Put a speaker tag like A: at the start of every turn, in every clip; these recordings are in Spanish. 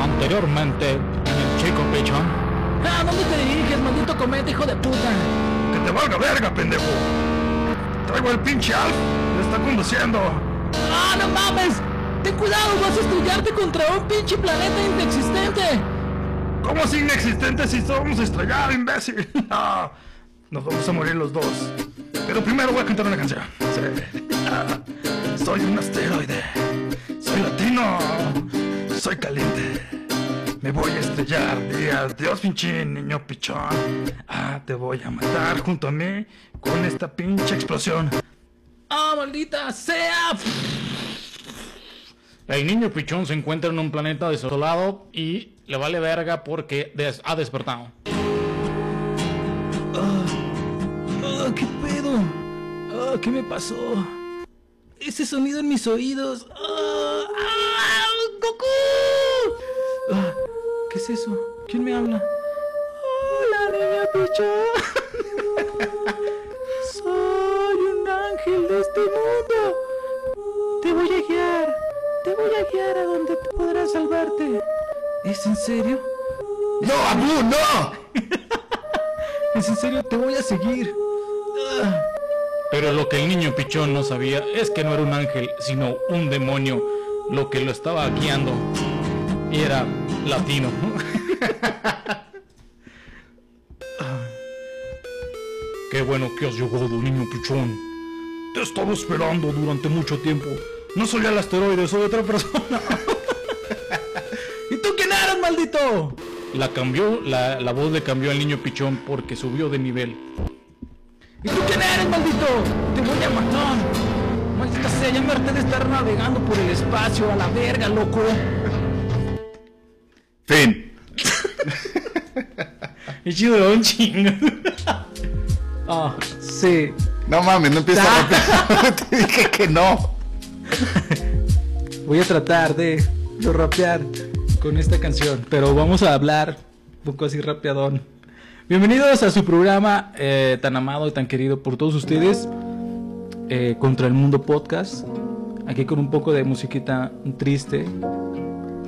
A: Anteriormente, el chico pichón.
B: ¿A dónde te diriges, maldito cometa, hijo de puta?
C: ¡Que te valga verga, pendejo! Traigo el pinche Alf, me está conduciendo.
B: ¡Ah, no mames! ¡Ten cuidado, vas a estrellarte contra un pinche planeta inexistente!
C: ¿Cómo es inexistente si solo vamos a estrellar, imbécil? No, nos vamos a morir los dos. Pero primero voy a cantar una canción. Sí. Ah, Soy un asteroide. Soy latino. Soy caliente. Me voy a estrellar. Di adiós, pinche niño pichón. Ah, te voy a matar junto a mí con esta pinche explosión.
B: ¡Ah, maldita sea!
A: El niño pichón se encuentra en un planeta desolado y le vale verga porque des- ha despertado.
B: Ah, ¿Qué pedo? Ah, ¿Qué me pasó? Ese sonido en mis oídos. Ah, ah, ¡Goku! Ah, ¿Qué es eso? ¿Quién me habla? Hola, niña pichón. Soy un ángel de este mundo. Te voy a guiar. Te voy a guiar a donde podrás salvarte. ¿Es en serio?
C: ¡No, Abu, no!
B: ¿Es en serio? Te voy a seguir. Ah.
A: Pero lo que el niño pichón no sabía es que no era un ángel, sino un demonio, lo que lo estaba guiando. Y era latino. Qué bueno que has llegado, niño pichón. Te estaba esperando durante mucho tiempo. No soy el asteroide, soy otra persona.
B: ¿Y tú quién eres, maldito?
A: La cambió, la, la voz le cambió al niño pichón porque subió de nivel.
B: ¿Y tú quién eres, maldito? Te voy a matar. Maldita sea, ya me harté de estar navegando por el espacio a la verga, loco.
C: Fin.
A: Y chido, un chingo.
B: Ah, sí.
C: No mames, no empieces
B: Ah.
C: a Te dije que no.
B: Voy a tratar de, de rapear con esta canción, pero vamos a hablar un poco así rapeadón. Bienvenidos a su programa eh, tan amado y tan querido por todos ustedes, eh, Contra el Mundo Podcast, aquí con un poco de musiquita triste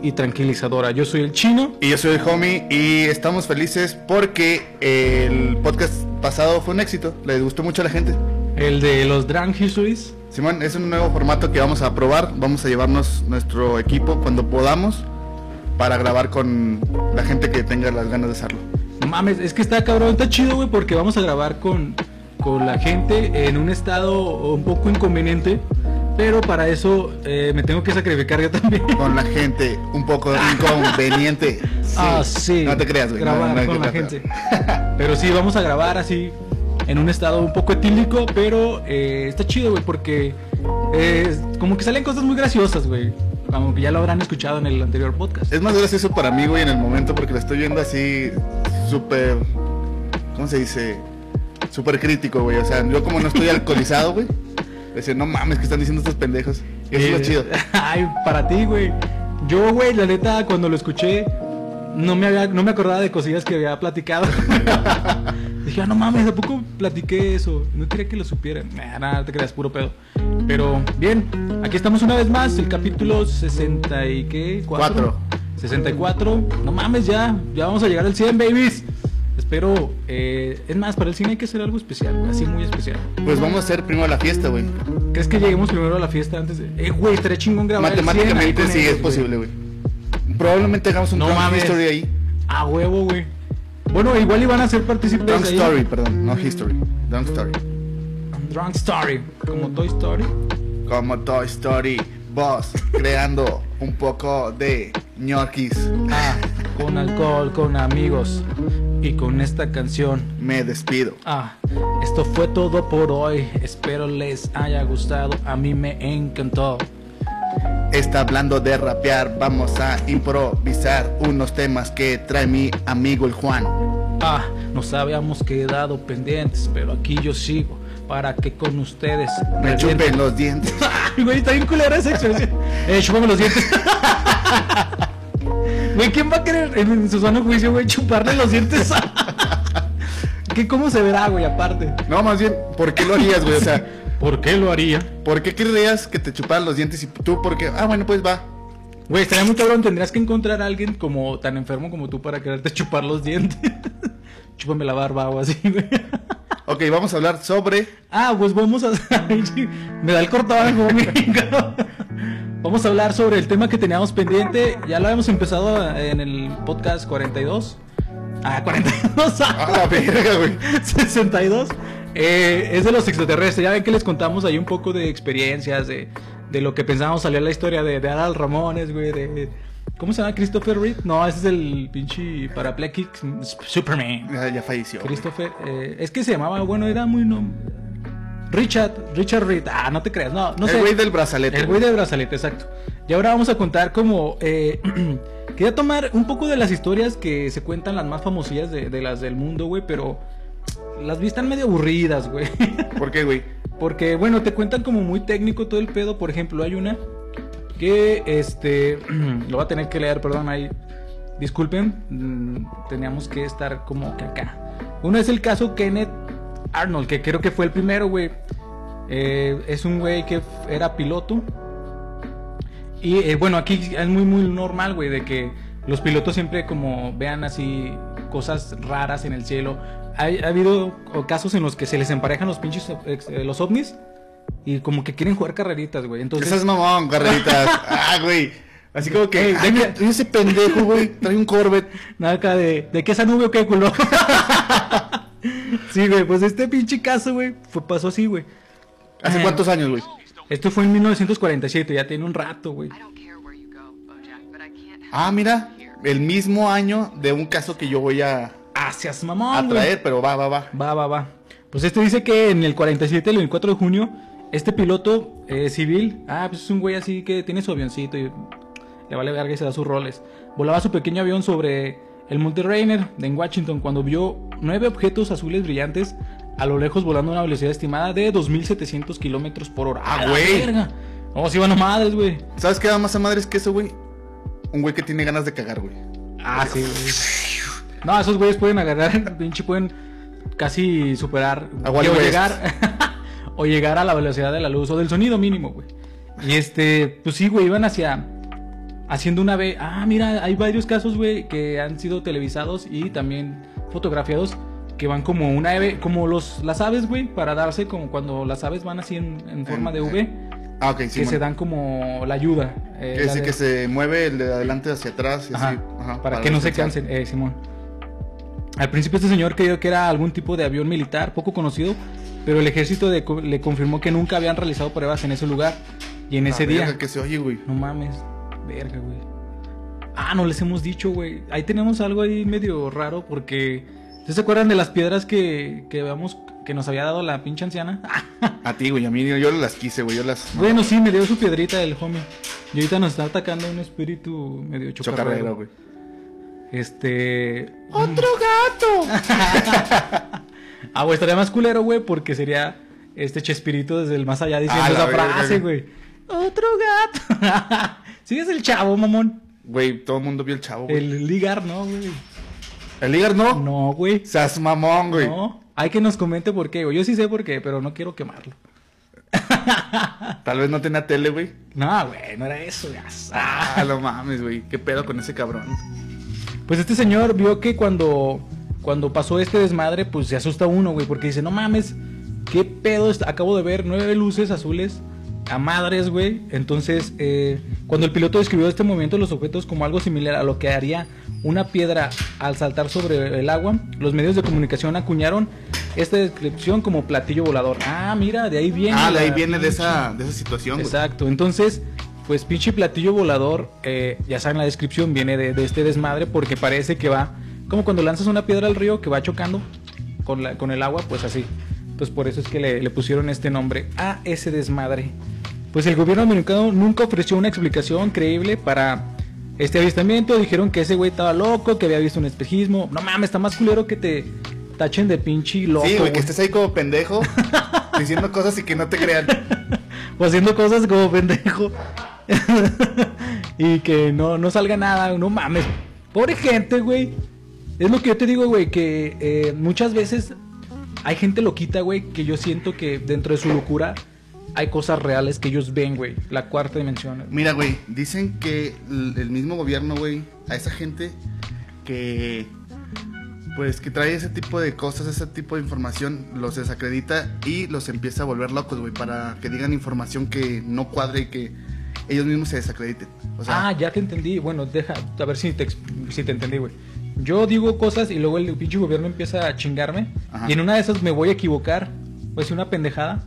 B: y tranquilizadora. Yo soy el chino.
D: Y yo soy el homie y estamos felices porque el podcast pasado fue un éxito. Le gustó mucho a la gente.
B: El de los Drunk Histories.
D: Simón, es un nuevo formato que vamos a probar. Vamos a llevarnos nuestro equipo cuando podamos para grabar con la gente que tenga las ganas de hacerlo.
B: No mames, es que está cabrón, está chido, güey, porque vamos a grabar con, con la gente en un estado un poco inconveniente. Pero para eso eh, me tengo que sacrificar yo también.
D: Con la gente un poco inconveniente.
B: Ah, sí.
D: No te creas, güey. no,
B: Grabar
D: no hay que
B: con la
D: tratar.
B: gente. Pero sí, vamos a grabar así, en un estado un poco etílico, pero eh, está chido, güey, porque eh, como que salen cosas muy graciosas, güey. Como que ya lo habrán escuchado en el anterior podcast.
D: Es más gracioso para mí, güey, en el momento porque lo estoy viendo así súper... ¿Cómo se dice? Súper crítico, güey. O sea, yo como no estoy alcoholizado, güey. Decía, no mames, que están diciendo estos pendejos? Y Eso es lo
B: Eh,
D: chido.
B: Ay, para ti, güey. Yo, güey, la neta, cuando lo escuché, no me, había- no me acordaba de cosillas que había platicado. Dije, ah, no mames, ¿a poco platiqué eso? No quería que lo supieran. Nah, nah, no te creas, puro pedo. Pero, bien, aquí estamos una vez más, el capítulo 60 y qué? ¿Cuatro?
D: Cuatro.
B: 64. No mames, ya, ya vamos a llegar al 100, babies. Espero, eh, es más, para el cine hay que hacer algo especial, así muy especial.
D: Pues vamos a hacer primero la fiesta, güey.
B: ¿Crees que lleguemos primero a la fiesta antes de.? Eh, güey, estaría chingón grabar. el 100 ahí
D: Matemáticamente
B: con
D: sí
B: ellos,
D: es posible, güey. Probablemente hagamos un
B: No
D: Drunk
B: mames.
D: History ahí.
B: A huevo, güey. Bueno, igual iban a ser partícipes.
D: Drunk
B: ahí.
D: Story, perdón, no History. Drunk Story.
B: Drunk Story. Como Toy Story.
D: Como Toy Story, Boss, creando un poco de ñoquis.
B: Ah, con alcohol, con amigos. Y con esta canción.
D: Me despido.
B: Ah, esto fue todo por hoy. Espero les haya gustado. A mí me encantó.
D: Está hablando de rapear, vamos a improvisar unos temas que trae mi amigo el Juan.
B: Ah, nos habíamos quedado pendientes, pero aquí yo sigo. Para que con ustedes
D: Me
B: reviente.
D: chupen los dientes.
B: Ay, güey, está bien culera esa expresión. Eh, chúpame los dientes. Güey, ¿quién va a querer en, en su sano juicio, güey, chuparle los dientes? ¿Qué, ¿Cómo se verá, güey, aparte?
D: No, más bien, ¿por qué lo harías, güey? O sea,
A: ¿Por qué lo haría?
D: ¿por qué querrías que te chuparan los dientes y tú por qué? Ah, bueno, pues va.
B: Güey, estaría muy cabrón. Tendrías que encontrar a alguien como tan enfermo como tú para quererte chupar los dientes. Chúpame la barba o así, güey.
D: Ok, vamos a hablar sobre.
B: Ah, pues vamos a. Me da el cortabajo, amigo. Vamos a hablar sobre el tema que teníamos pendiente. Ya lo habíamos empezado eh, en el podcast 42. Ah, 42.
D: A la verga, güey.
B: 62. Eh, es de los extraterrestres. Ya ven que les contamos ahí un poco de experiencias, de, de lo que pensábamos salir la historia de, de Adal Ramones, güey. De, ¿Cómo se llama? ¿Christopher Reed? No, ese es el pinche parapléjic Superman.
D: ah, Ya, ya falleció.
B: Christopher, eh, es que se llamaba, bueno, era muy nom- Richard, Richard Reed. Ah, no te creas, no, no sé.
D: el güey del brazalete.
B: El güey del brazalete, exacto. Y ahora vamos a contar como... eh, quería tomar un poco de las historias que se cuentan las más famosillas de, de las del mundo, güey, pero las vi están medio aburridas, güey.
D: ¿Por qué, güey?
B: Porque, bueno, te cuentan como muy técnico todo el pedo. Por ejemplo, hay una que, este, lo va a tener que leer, perdón, ahí. Disculpen, mm, teníamos que estar como que acá. Uno es el caso Kenneth Arnold, que creo que fue el primero, güey. Eh, es un güey que f- era piloto. Y eh, bueno, aquí es muy, muy normal, güey, de que los pilotos siempre como vean así cosas raras en el cielo. Ha, ha habido o- casos en los que se les emparejan los pinches o- ex- eh, los ovnis y como que quieren jugar carreritas, güey. Entonces,
D: Esas mamón, carreritas. ah, güey. Así como que.
B: Ey,
D: "Ah, mira, ese pendejo, güey. Trae un Corvette.
B: nada acá de, ¿de qué esa nube o qué culo? sí, güey, pues este pinche caso, güey, fue, pasó así, güey.
D: ¿Hace
B: Eh,
D: cuántos años, güey?
B: Esto fue en 1947, ya tiene un rato, güey.
E: I don't care where you go, Bojack, but I can't have
D: Ah, mira.
E: you here.
D: El mismo año de un caso que yo voy a,
B: Ah, seas
D: a
B: mamón, güey.
D: traer, pero va, va, va.
B: Va, va, va. Pues este dice que en el 47, el 24 de junio, este piloto eh, civil, ah, pues es un güey así que tiene su avioncito y le vale verga y se da sus roles. Volaba su pequeño avión sobre el Monte Rainer en Washington cuando vio nueve objetos azules brillantes a lo lejos volando a una velocidad estimada de 2.700 kilómetros por hora.
D: Ah,
B: ¡A la
D: güey.
B: verga! No, si van a madres, güey.
D: ¿Sabes qué da más a madres que eso, güey? Un güey que tiene ganas de cagar, güey.
B: Ah, sí, güey. No, esos güeyes pueden agarrar, pinche, pueden casi superar
D: A
B: o
D: Wally West.
B: llegar o llegar a la velocidad de la luz o del sonido mínimo, güey. Y este, pues sí, güey, iban hacia haciendo una ve, ah, mira, hay varios casos, güey, que han sido televisados y también fotografiados que van como una ave, como los las aves, güey, para darse como cuando las aves van así en, en forma de
D: En-
B: V,
D: Ah, ok, sí.
B: que
D: bueno.
B: se dan como la ayuda. eh,
D: Que
B: la
D: sí,
B: de-
D: que se mueve el de adelante hacia atrás y
B: Ajá,
D: así. ajá,
B: para, que no se
D: descansar.
B: cansen, eh, Simón. Al principio este señor creyó que era algún tipo de avión militar poco conocido, pero el ejército de co- le confirmó que nunca habían realizado pruebas en ese lugar y en
D: Ah,
B: ese
D: verga,
B: día.
D: que se oye, güey.
B: No mames, verga, güey. Ah, no les hemos dicho, güey. Ahí tenemos algo ahí medio raro porque... ¿Ustedes se acuerdan de las piedras que, que habíamos- que nos había dado la pinche anciana? Ah,
D: A ti, güey, a mí yo las quise, güey, yo las
B: bueno, sí, me dio su piedrita el homie. Y ahorita nos está atacando un espíritu medio
D: chocarrero,
B: chocarrero.
D: güey.
B: Este...
D: ¡Otro gato!
B: Ah, güey, estaría más culero, güey, porque sería este Chespirito desde el más allá diciendo
D: Ah, la
B: esa
D: verga,
B: frase,
D: güey.
B: güey. Otro gato. sí, es el chavo, mamón.
D: Güey, todo el mundo vio el chavo, güey.
B: El ligar, ¿no, güey?
D: ¿El hígado no?
B: No, güey.
D: Sas mamón, güey.
B: No. Hay que nos comente por qué, güey. Yo sí sé por qué, pero no quiero quemarlo.
D: Tal vez no tenía tele, güey.
B: No, güey, no era eso, güey. Ah.
D: Ah, no mames, güey. ¿Qué pedo con ese cabrón?
B: Pues este señor vio que cuando, cuando pasó este desmadre, pues se asusta uno, güey, porque dice, no mames, qué pedo, est- acabo de ver nueve luces azules a madres, güey. Entonces, eh, cuando el piloto describió este movimiento de los objetos como algo similar a lo que haría una piedra al saltar sobre el agua, los medios de comunicación acuñaron esta descripción como platillo volador. Ah, mira, de ahí viene.
D: Ah, de ahí
B: la-
D: viene de esa, de esa situación, güey.
B: Exacto, entonces, pues pinche platillo volador, eh, ya saben la descripción, viene de, de este desmadre porque parece que va, como cuando lanzas una piedra al río que va chocando con, la, con el agua, pues así. Entonces por eso es que le, le pusieron este nombre a ese desmadre. Pues el gobierno americano nunca ofreció una explicación creíble para este avistamiento. Dijeron que ese güey estaba loco, que había visto un espejismo. No mames, está más culero que te tachen de pinche loco.
D: Sí, güey, que
B: güey.
D: estés ahí como pendejo diciendo cosas y que no te crean.
B: o haciendo cosas como pendejo. y que no, no salga nada, no mames. Pobre gente, güey. Es lo que yo te digo, güey, que eh, muchas veces hay gente loquita, güey, que yo siento que dentro de su locura hay cosas reales que ellos ven, güey. La cuarta dimensión.
D: Mira, güey, dicen que el el mismo gobierno, güey, a esa gente que pues que trae ese tipo de cosas, ese tipo de información, los desacredita y los empieza a volver locos, güey, para que digan información que no cuadre y que ellos mismos se desacrediten. O sea,
B: ah, ya te entendí. Bueno, deja, a ver si te, exp- si te entendí, güey. Yo digo cosas y luego el pinche gobierno empieza a chingarme.
D: Ajá.
B: Y en una de esas me voy a equivocar. Voy a decir una pendejada.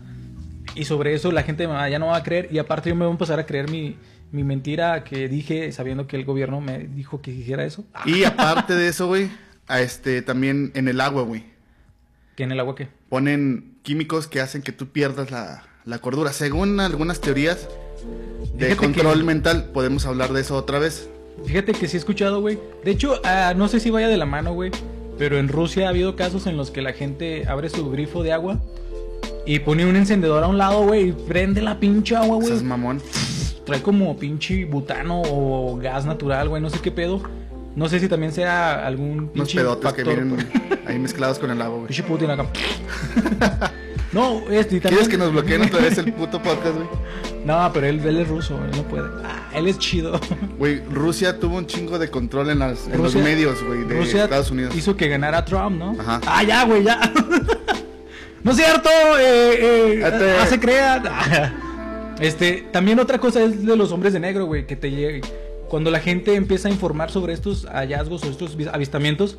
B: Y sobre eso la gente me va- ya no va a creer. Y aparte yo me voy a empezar a creer mi, mi mentira que dije sabiendo que el gobierno me dijo que hiciera eso.
D: y aparte de eso, güey, a este también en el agua, güey,
B: Que en el agua que...
D: ponen químicos que hacen que tú pierdas la, la cordura. Según algunas teorías de
B: Fíjate
D: control
B: que-
D: mental, podemos hablar de eso otra vez.
B: Fíjate que sí he escuchado, güey. De hecho, ah, no sé si vaya de la mano, güey. Pero en Rusia ha habido casos en los que la gente abre su grifo de agua y pone un encendedor a un lado, güey, y prende la pinche agua, güey.
D: Estás mamón.
B: Trae como pinche butano o gas natural, güey, no sé qué pedo. No sé si también sea algún
D: Unos
B: pinche
D: pedotes que
B: factor,
D: vienen
B: güey.
D: ahí mezclados con el agua, güey.
B: Pinche Putin acá. no, este y también...
D: ¿Quieres que nos bloqueen otra vez el puto podcast, güey?
B: No, pero él, él es ruso, él no puede. Ah, él es chido.
D: Güey, Rusia tuvo un chingo de control en, las, en los
B: Rusia-
D: medios, güey, de
B: Rusia
D: Estados Unidos.
B: Hizo que ganara Trump, ¿no?
D: Ajá.
B: Ah, ya, güey, ya. no es cierto, eh, eh,
D: Este-
B: ah, se crean. este, también otra cosa es de los hombres de negro, güey, que te llegue. Cuando la gente empieza a informar sobre estos hallazgos o estos vis- avistamientos,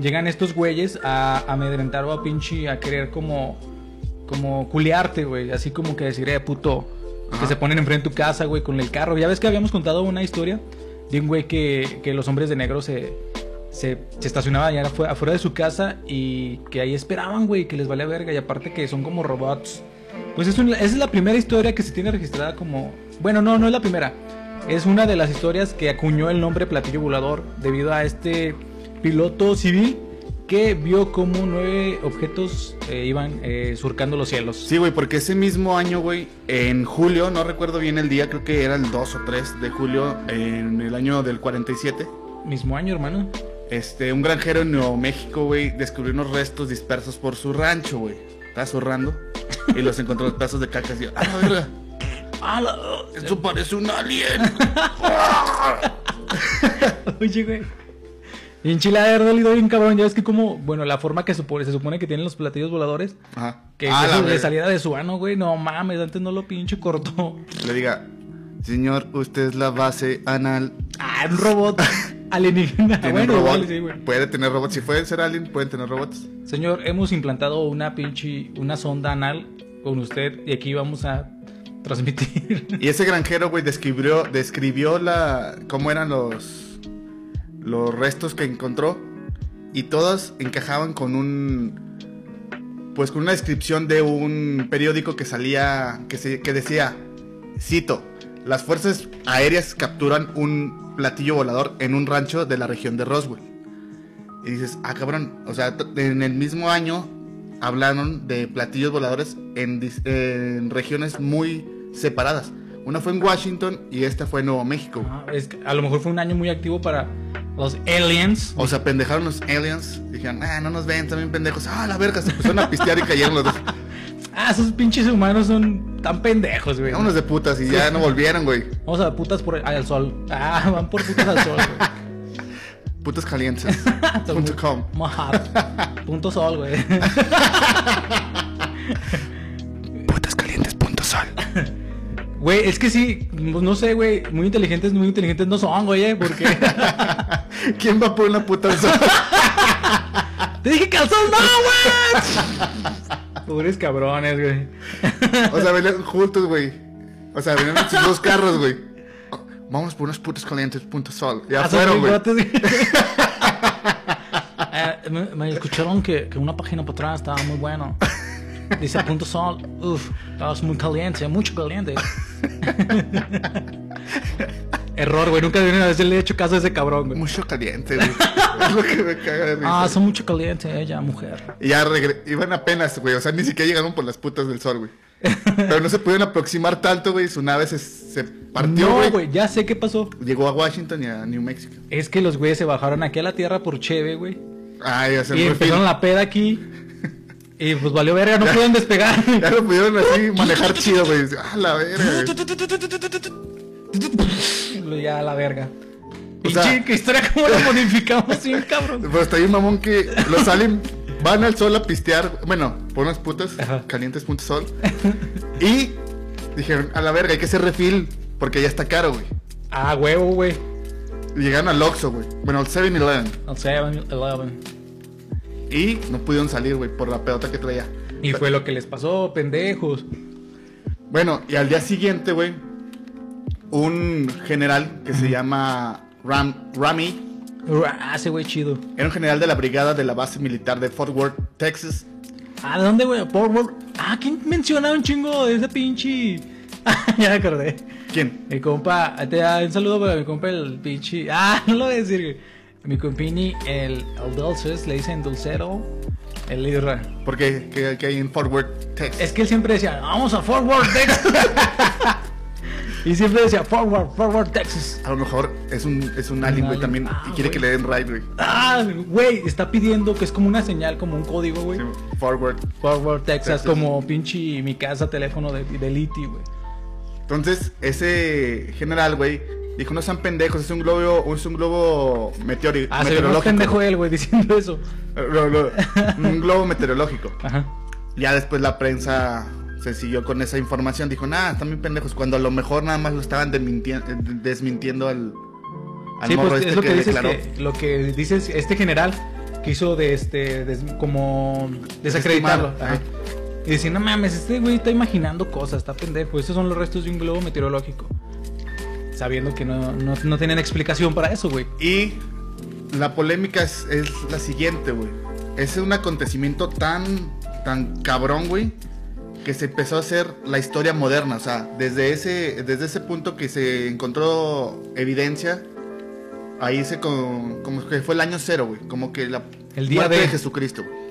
B: llegan estos güeyes a a amedrentar o a pinche, a querer como, como culiarte, güey. Así como que decir, eh, puto, que se ponen enfrente de tu casa, güey, con el carro. Ya ves que habíamos contado una historia de un güey que, que los hombres de negro se, se, se estacionaba allá afuera, afuera de su casa y que ahí esperaban, güey, que les valía verga. Y aparte que son como robots. Pues es un- esa es la primera historia que se tiene registrada como... Bueno, no, no es la primera. Es una de las historias que acuñó el nombre platillo volador debido a este piloto civil que vio como nueve objetos eh, iban eh, surcando los cielos.
D: Sí, güey, porque ese mismo año, güey, en julio, no recuerdo bien el día, creo que era el 2 o 3 de julio, en el año del 47,
B: Mismo año, hermano.
D: este, un granjero en Nuevo México, güey, descubrió unos restos dispersos por su rancho, güey. Estaba zurrando y los encontró en pedazos de caca y yo, ¡ah, la verga!
B: ¡Ah, la-
D: ¡Eso parece un alien!
B: Oye, güey. Y en Chile ha de haber dolido bien cabrón. Ya ves que como, bueno, la forma que supone- se supone que tienen los platillos voladores,
D: Ajá.
B: que
D: Ah,
B: eso
D: la
B: le
D: verga.
B: saliera de su ano, güey. No mames, antes no lo pinche cortó.
D: Le diga, señor, usted es la base anal.
B: Ah, un robot alienígena.
D: Tiene
B: Bueno,
D: un robot.
B: igual, sí, güey.
D: Puede tener robots. Si pueden ser alien, pueden tener robots.
B: Señor, hemos implantado una pinche, una sonda anal con usted y aquí vamos a transmitir.
D: Y ese granjero, güey, describió, describió la, cómo eran los, los restos que encontró. Y todos encajaban con un. Pues con una descripción de un periódico que salía. Que, se- que decía: Cito, las fuerzas aéreas capturan un platillo volador en un rancho de la región de Roswell. Y dices: Ah, cabrón. O sea, t- en el mismo año hablaron de platillos voladores en, dis- en regiones muy separadas. Una fue en Washington y esta fue en Nuevo México. güey.
B: Ah, es que a lo mejor fue un año muy activo para los aliens.
D: O sea, pendejaron los aliens. Dijeron, ah, no nos ven, también pendejos. Ah, la verga, se pusieron a pistear y cayeron los dos.
B: Ah, esos pinches humanos son tan pendejos, güey.
D: Vámonos de putas y ya no volvieron, güey.
B: Vamos a putas por ay, al sol. Ah, van por putas al sol, güey.
D: Putas calientes.
B: Son muy-
D: Punto com.
B: Mojado. Punto sol, güey.
D: Putascalientes.sol.
B: Güey, es que sí, pues, no sé, güey. Muy inteligentes, muy inteligentes no son, güey, eh, porque.
D: ¿Quién va por una puta al sol?
B: ¡Te dije que al sol no, güey! Pobres cabrones, güey.
D: O sea, venían juntos, güey. O sea, venían en sus dos carros, güey. Vamos por unas putas calientes. Punto sol. Ya
B: Ah, son
D: fueron, güey.
B: bigotes, güey. Eh, me, me escucharon que, que una página para atrás estaba muy bueno. Dice punto sol. Uf, estabas muy caliente, mucho caliente. Error, güey. Nunca debieron haberle hecho caso a ese cabrón, güey.
D: Mucho caliente, güey. Es lo que me caga de risa.
B: Ah, son mucho caliente ella, mujer.
D: Y ya regre- iban apenas, güey. O sea, ni siquiera llegaron por las putas del sol, güey. Pero no se pudieron aproximar tanto, güey. Su nave se, se partió,
B: no,
D: güey.
B: güey, ya sé qué pasó.
D: Llegó a Washington y a New Mexico.
B: Es que los güeyes se bajaron aquí a la tierra por cheve, güey.
D: Ay, ya se
B: Y
D: fue
B: empezaron la peda aquí. Y pues valió verga, no pudieron despegar.
D: Ya lo pudieron así manejar chido, güey. Ah, la verga. güey.
B: ya la verga.
D: O
B: Y
D: sea-
B: che, qué historia cómo la modificamos bien cabrón.
D: Pero está bien mamón que los salen, van al sol a pistear, bueno, por unas putas,
B: Ajá.
D: calientes punto sol. Y dijeron, a la verga, hay que hacer refil, porque ya está caro, güey.
B: Ah, huevo, güey.
D: Y llegaron al Oxxo, güey. Bueno, al 7-Eleven.
B: Al 7-Eleven.
D: Y no pudieron salir, güey, por la pedota que traía.
B: Y fue lo que les pasó, pendejos.
D: Bueno, y al día siguiente, güey, un general que se llama Ram, Rami
B: Ah, ese güey chido.
D: Era un general de la brigada de la base militar de Fort Worth, Texas.
B: Ah, ¿de dónde, güey? Por, por- Ah, ¿quién menciona un chingo de ese pinche? Ah, ya me acordé.
D: ¿Quién?
B: Mi compa, te da un saludo para mi compa, el pinche. Ah, no lo voy a decir, güey. Mi compini, el, el Dulces, le dicen Dulcero, el Irra.
D: Porque que, que hay en Fort Worth, Texas.
B: Es que él siempre decía, vamos a Forward Texas. y siempre decía, Forward, Forward Texas.
D: A lo mejor es un, es un alien, güey,
B: alien.
D: también.
B: Ah,
D: y quiere que
B: güey.
D: le den ride, güey.
B: Ah, güey, está pidiendo que es como una señal, como un código, güey.
D: Sí, Fort Worth.
B: Forward Texas,
D: Texas.
B: como pinche mi casa, teléfono de, de Liti, güey.
D: Entonces, ese general, güey, dijo, no sean pendejos, es un globo, es un globo meteori-
B: Ah, se ve más
D: meteorológico.
B: pendejo él, güey, diciendo eso.
D: Lo- lo- un globo meteorológico.
B: Ajá.
D: Ya después la prensa se siguió con esa información. Dijo, nah, están bien pendejos. Cuando a lo mejor nada más lo estaban desmintien- eh, desmintiendo al, al
B: Sí,
D: morro
B: pues
D: este
B: es lo que,
D: que
B: dices
D: declaró.
B: que- lo que dices este general quiso de este des- como desacreditarlo.
D: Desestimar,
B: ajá. Y decir, no mames, este güey está imaginando cosas, está pendejo. Estos son los restos de un globo meteorológico. Sabiendo que no, no, no tienen explicación para eso, güey.
D: Y la polémica es, es la siguiente, güey. Es un acontecimiento tan, tan cabrón, güey, que se empezó a hacer la historia moderna. O sea, desde ese, desde ese punto que se encontró evidencia, ahí se con, como que fue el año cero, güey. Como que la
B: El día
D: muerte
B: de-
D: de Jesucristo, güey.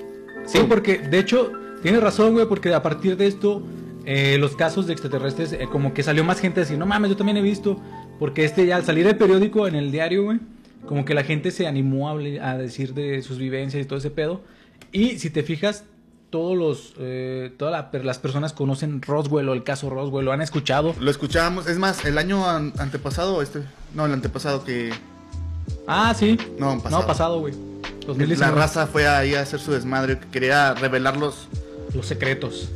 B: Sí, porque de hecho, tienes razón, güey, porque a partir de esto, eh, los casos de extraterrestres, eh, como que salió más gente a decir, no mames, yo también he visto, porque este ya al salir del periódico, en el diario, güey, como que la gente se animó a, habl- a decir de sus vivencias y todo ese pedo. Y si te fijas, todos los, eh, todas la- per- las personas conocen Roswell o el caso Roswell, lo han escuchado.
D: Lo escuchábamos, es más, el año an- antepasado, este, no, el antepasado que
B: Ah, sí.
D: No, pasado.
B: No, pasado, güey. 2019.
D: la raza fue ahí a hacer su desmadre, que quería revelar los,
B: Los secretos.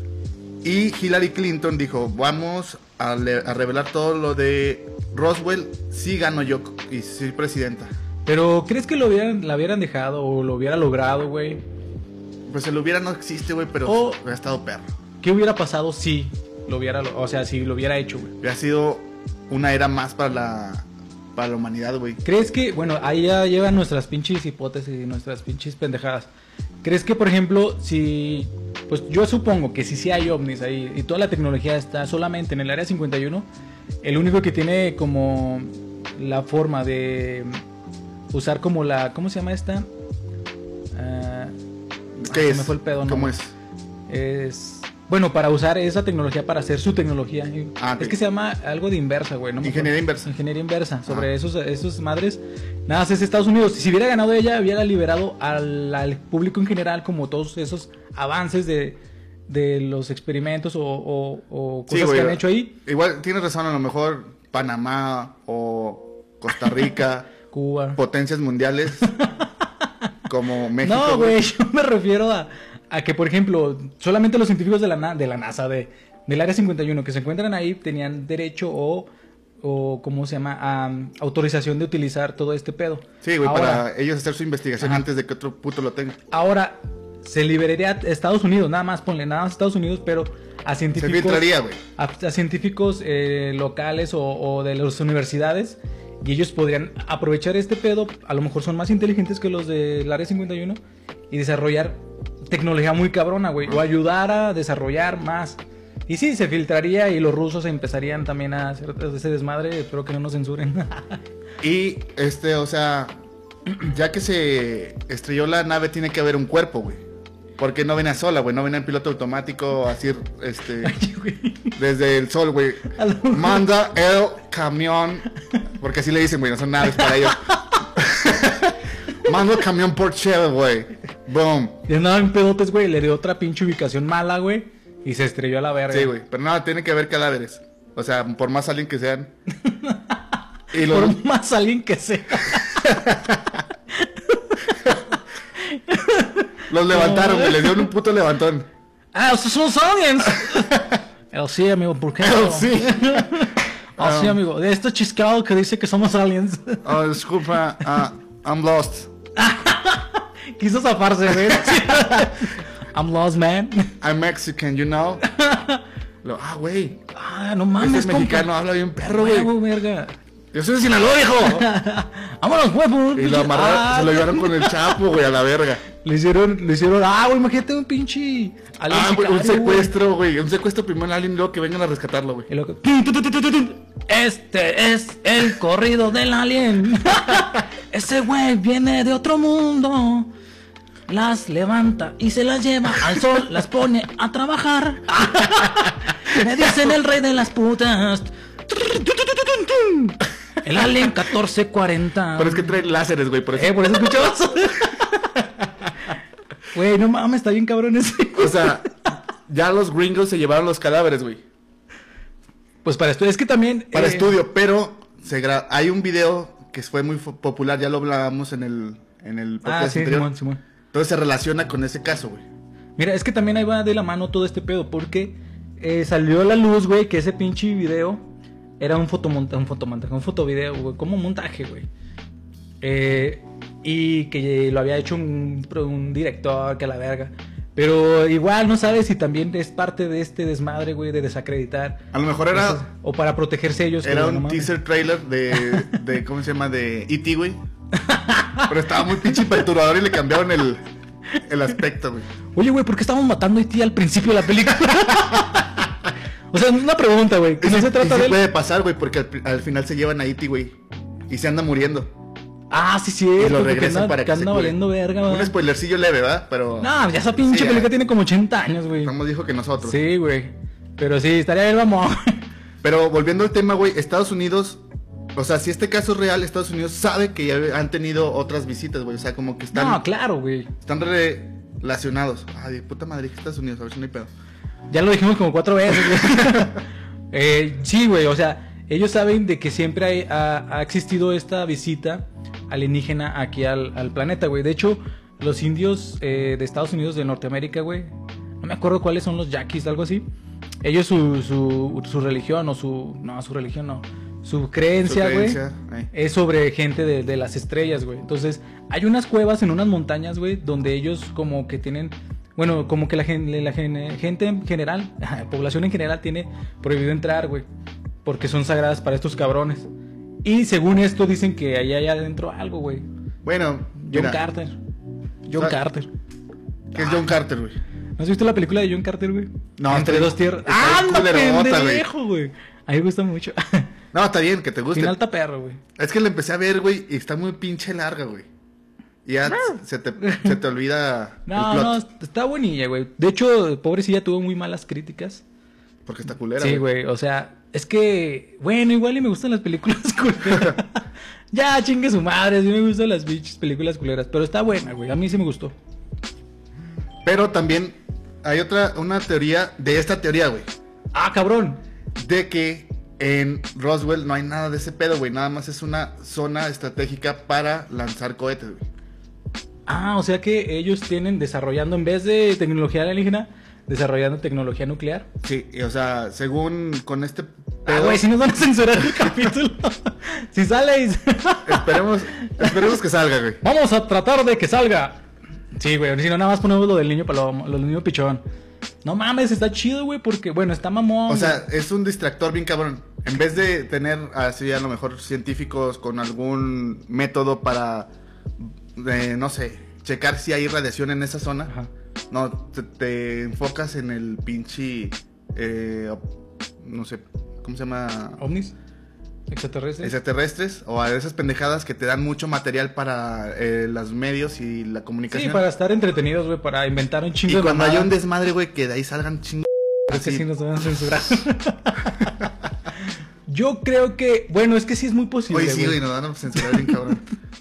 D: Y Hillary Clinton dijo, vamos a, le- a revelar todo lo de Roswell, sí gano yo y soy presidenta.
B: Pero, ¿crees que lo hubieran, la hubieran dejado o lo hubiera logrado, güey?
D: Pues el hubiera no existe, güey, pero
B: Oh.
D: hubiera estado perro.
B: ¿Qué hubiera pasado si lo hubiera, o sea, si lo hubiera hecho, güey?
D: Hubiera sido una era más para la, para la humanidad, güey.
B: ¿Crees que, bueno, ahí ya llevan nuestras pinches hipótesis y nuestras pinches pendejadas? ¿Crees que, por ejemplo, si, pues yo supongo que si sí hay ovnis ahí y toda la tecnología está solamente en el área 51, el único que tiene como la forma de usar como la, ¿cómo se llama esta? Ah,
D: ¿Qué
B: ah, se
D: es?
B: me fue el pedo, ¿no?
D: ¿Cómo es?
B: Es, bueno, para usar esa tecnología para hacer su tecnología. eh,
D: Ah, ok.
B: Es que se llama algo de inversa, güey. No me acuerdo.
D: Ingeniería inversa.
B: Ingeniería inversa. Sobre
D: Ah.
B: esos, esos madres. Nada, es Estados Unidos. Si hubiera ganado ella, hubiera liberado al, al público en general, como todos esos avances de, de los experimentos o, o- o
D: Sí,
B: cosas
D: güey.
B: que han hecho ahí.
D: Igual tienes razón, a lo mejor Panamá o Costa Rica,
B: Cuba.
D: potencias mundiales como México.
B: no, güey, yo me refiero a, a que, por ejemplo, solamente los científicos de la, Na- de la NASA, de, del Área 51, que se encuentran ahí, tenían derecho o, o ¿cómo se llama?, Am, autorización de utilizar todo este pedo.
D: Sí, güey,
B: Ahora-
D: para ellos hacer su investigación antes de que otro puto lo tenga.
B: Ahora, se liberaría a Estados Unidos, nada más, ponle nada más a Estados Unidos, pero a
D: Se
B: científicos...
D: filtraría, güey.
B: a, a científicos eh, locales o, o de las universidades y ellos podrían aprovechar este pedo, a lo mejor son más inteligentes que los del Área 51 y desarrollar tecnología muy cabrona, güey, o ayudar a desarrollar más. Y sí, se filtraría y los rusos empezarían también a hacer ese desmadre, espero que no nos censuren.
D: Y este, o sea, ya que se estrelló la nave, tiene que haber un cuerpo, güey. Porque no venía sola, güey. No venía en piloto automático, así, este, desde el sol, güey.
B: A lo mejor.
D: Manda el camión. Porque así le dicen, güey, no son naves para ellos. Manda el camión por Cheve, güey. Boom.
B: Y andaba en pedotes, güey. Le dio otra pinche ubicación mala, güey. Y se estrelló a la verga.
D: Sí, güey. Pero nada, tiene que haber cadáveres. O sea, por más alguien que sean. Y los,
B: Por más alguien que sea.
D: los levantaron, güey. Les dieron un puto levantón.
B: ¡Ah, esos son los aliens! El sí, amigo, ¿por qué? no?
D: Sí. Um,
B: El sí, amigo. De este chiscado que dice que somos aliens.
D: Oh, disculpa. ah, I'm lost.
B: Quiso zafarse, güey. I'm lost, man.
D: I'm Mexican, you know. Lo- ah, güey.
B: Ah, no
D: Este
B: mames,
D: es mexicano, habla bien perro, güey.
B: Huevo, verga.
D: Yo soy de Sinaloa, hijo.
B: Vámonos, huevo.
D: Y lo amarraron,
B: Ah,
D: se lo llevaron con el chapo, güey, a la verga.
B: Le hicieron, le hicieron, ah, güey, imagínate un pinche. alien
D: Ah, güey, un
B: sicario, güey.
D: secuestro, güey. Un secuestro primero a alguien, luego que vengan a rescatarlo, güey.
B: Y luego, tun, tun, tun, tun, tun, tun. Este es el corrido del alien. Ese güey viene de otro mundo. Las levanta y se las lleva al sol, las pone a trabajar. Me dicen el rey de las putas. Tun, tun, tun, tun, tun, tun. El alien 1440.
D: Pero es que trae láseres, güey, por eso.
B: Eh, por eso escuchabas. Güey, no mames, está bien cabrón ese.
D: O sea, ya los gringos se llevaron los cadáveres, güey.
B: Pues para estudio, es que también.
D: Para
B: eh,
D: estudio, pero se gra- hay un video que fue muy fo- popular, ya lo hablábamos en el, en el podcast
B: Ah, sí,
D: anterior.
B: Simón, Simón.
D: Entonces se relaciona con ese caso, güey.
B: Mira, es que también ahí va de la mano todo este pedo, porque eh, salió a la luz, güey, que ese pinche video era un fotomontaje, un fotomontaje, un fotovideo, güey, como un montaje, güey. Eh, y que lo había hecho un, pro- un director, que la verga. Pero igual no sabes si también es parte de este desmadre, güey, de desacreditar.
D: A lo mejor era,
B: Entonces, o para protegerse ellos.
D: era
B: güey,
D: un
B: no mames.
D: teaser trailer de, de, ¿cómo se llama? De E.T., güey. Pero estaba muy pinche perturbador y le cambiaron el, el aspecto, güey.
B: Oye, güey, ¿por qué estábamos matando a ti al principio de la película? o sea, una pregunta, güey. que
D: Y
B: No
D: sí-
B: se
D: y
B: trata
D: sí
B: de... él.
D: puede pasar, güey, porque al, pri- al final se llevan a E.T., güey. Y se anda muriendo.
B: Ah, sí, sí.
D: y lo regresan para que se
B: anda
D: cure.
B: valiendo verga,
D: Un
B: güey.
D: spoilercillo leve, ¿verdad? Pero...
B: No, pues, ya esa pinche
D: Sí, ya.
B: película tiene como 80 años, güey.
D: Ramos dijo que nosotros.
B: Sí, güey. Pero sí, estaría bien, vamos.
D: Pero volviendo al tema, güey, Estados Unidos, o sea, si este caso es real, Estados Unidos sabe que ya han tenido otras visitas, güey. O sea, como que están,
B: No, claro, güey.
D: están relacionados. Ay, de puta madre, que Estados Unidos, a ver si no hay pedo.
B: Ya lo dijimos como cuatro veces, güey. Eh, sí, güey, o sea, ellos saben de que siempre hay- ha, ha existido esta visita alienígena aquí al, al planeta, güey. De hecho, los indios eh, de Estados Unidos, de Norteamérica, güey, no me acuerdo cuáles son los yaquis, algo así. Ellos, su, su, su religión o su. No, su religión no. Su creencia,
D: Su
B: güey.
D: creencia, eh.
B: Es sobre gente de, de las estrellas, güey. Entonces, hay unas cuevas en unas montañas, güey, donde ellos como que tienen... Bueno, como que la, gen- la gen- gente en general, población en general, tiene prohibido entrar, güey. Porque son sagradas para estos cabrones. Y según esto dicen que ahí hay adentro algo, güey.
D: Bueno,
B: John
D: mira,
B: Carter. John
D: Sa-
B: Carter.
D: que es John Carter, güey.
B: ¿No has visto la película de John Carter, güey?
D: No,
B: Entre
D: está-
B: dos tierras.
D: está
B: ¡Ah,
D: bien
B: no,
D: culerota, güey.
B: pendejo, güey! A mí me gusta mucho.
D: No, está bien, que te guste.
B: Final está perro, güey.
D: Es que la empecé a ver, güey, y está muy pinche larga, güey. Y ya se te, se te olvida
B: Ah. No,
D: el
B: no,
D: plot.
B: est- está buenilla, güey. De hecho, pobrecilla tuvo muy malas críticas.
D: Porque está culera,
B: sí, güey, o sea, es que, bueno, igual y me gustan las películas culeras. ya, chingue su madre, sí me gustan las bichas películas culeras, pero está buena, güey. A mí sí me gustó.
D: Pero también hay otra, una teoría de esta teoría, güey.
B: Ah, cabrón.
D: de que en Roswell no hay nada de ese pedo, güey. Nada más es una zona estratégica para lanzar cohetes, güey.
B: Ah, o sea que ellos tienen desarrollando, en vez de tecnología alienígena, desarrollando tecnología nuclear.
D: Sí, y, o sea, según con este
B: Ah,
D: pedo.
B: güey, si nos van a censurar el capítulo. si sale y...
D: esperemos, esperemos que salga, güey.
B: Vamos a tratar de que salga. Sí, güey, si no, nada más ponemos lo del niño paloma, lo del niño pichón. No mames, está chido, güey, porque, bueno, está mamón.
D: O sea, es un distractor bien cabrón. En vez de tener así a lo mejor científicos con algún método para, eh, no sé, checar si hay radiación en esa zona,
B: Ajá.
D: no, te, te enfocas en el pinche, eh, no sé, ¿cómo se llama?
B: ovnis, extraterrestres.
D: extraterrestres o a esas pendejadas que te dan mucho material para eh, los medios y la comunicación.
B: Sí, para estar entretenidos, güey, para inventar un chingo
D: y
B: de
D: cuando
B: mamada.
D: hay un desmadre, güey, que de ahí salgan chingos.
B: Creo que
D: Sí.
B: sí nos van a censurar. Yo creo que, bueno, es que sí es muy posible.
D: Oye, sí,
B: güey.
D: güey, nos van a censurar bien cabrón.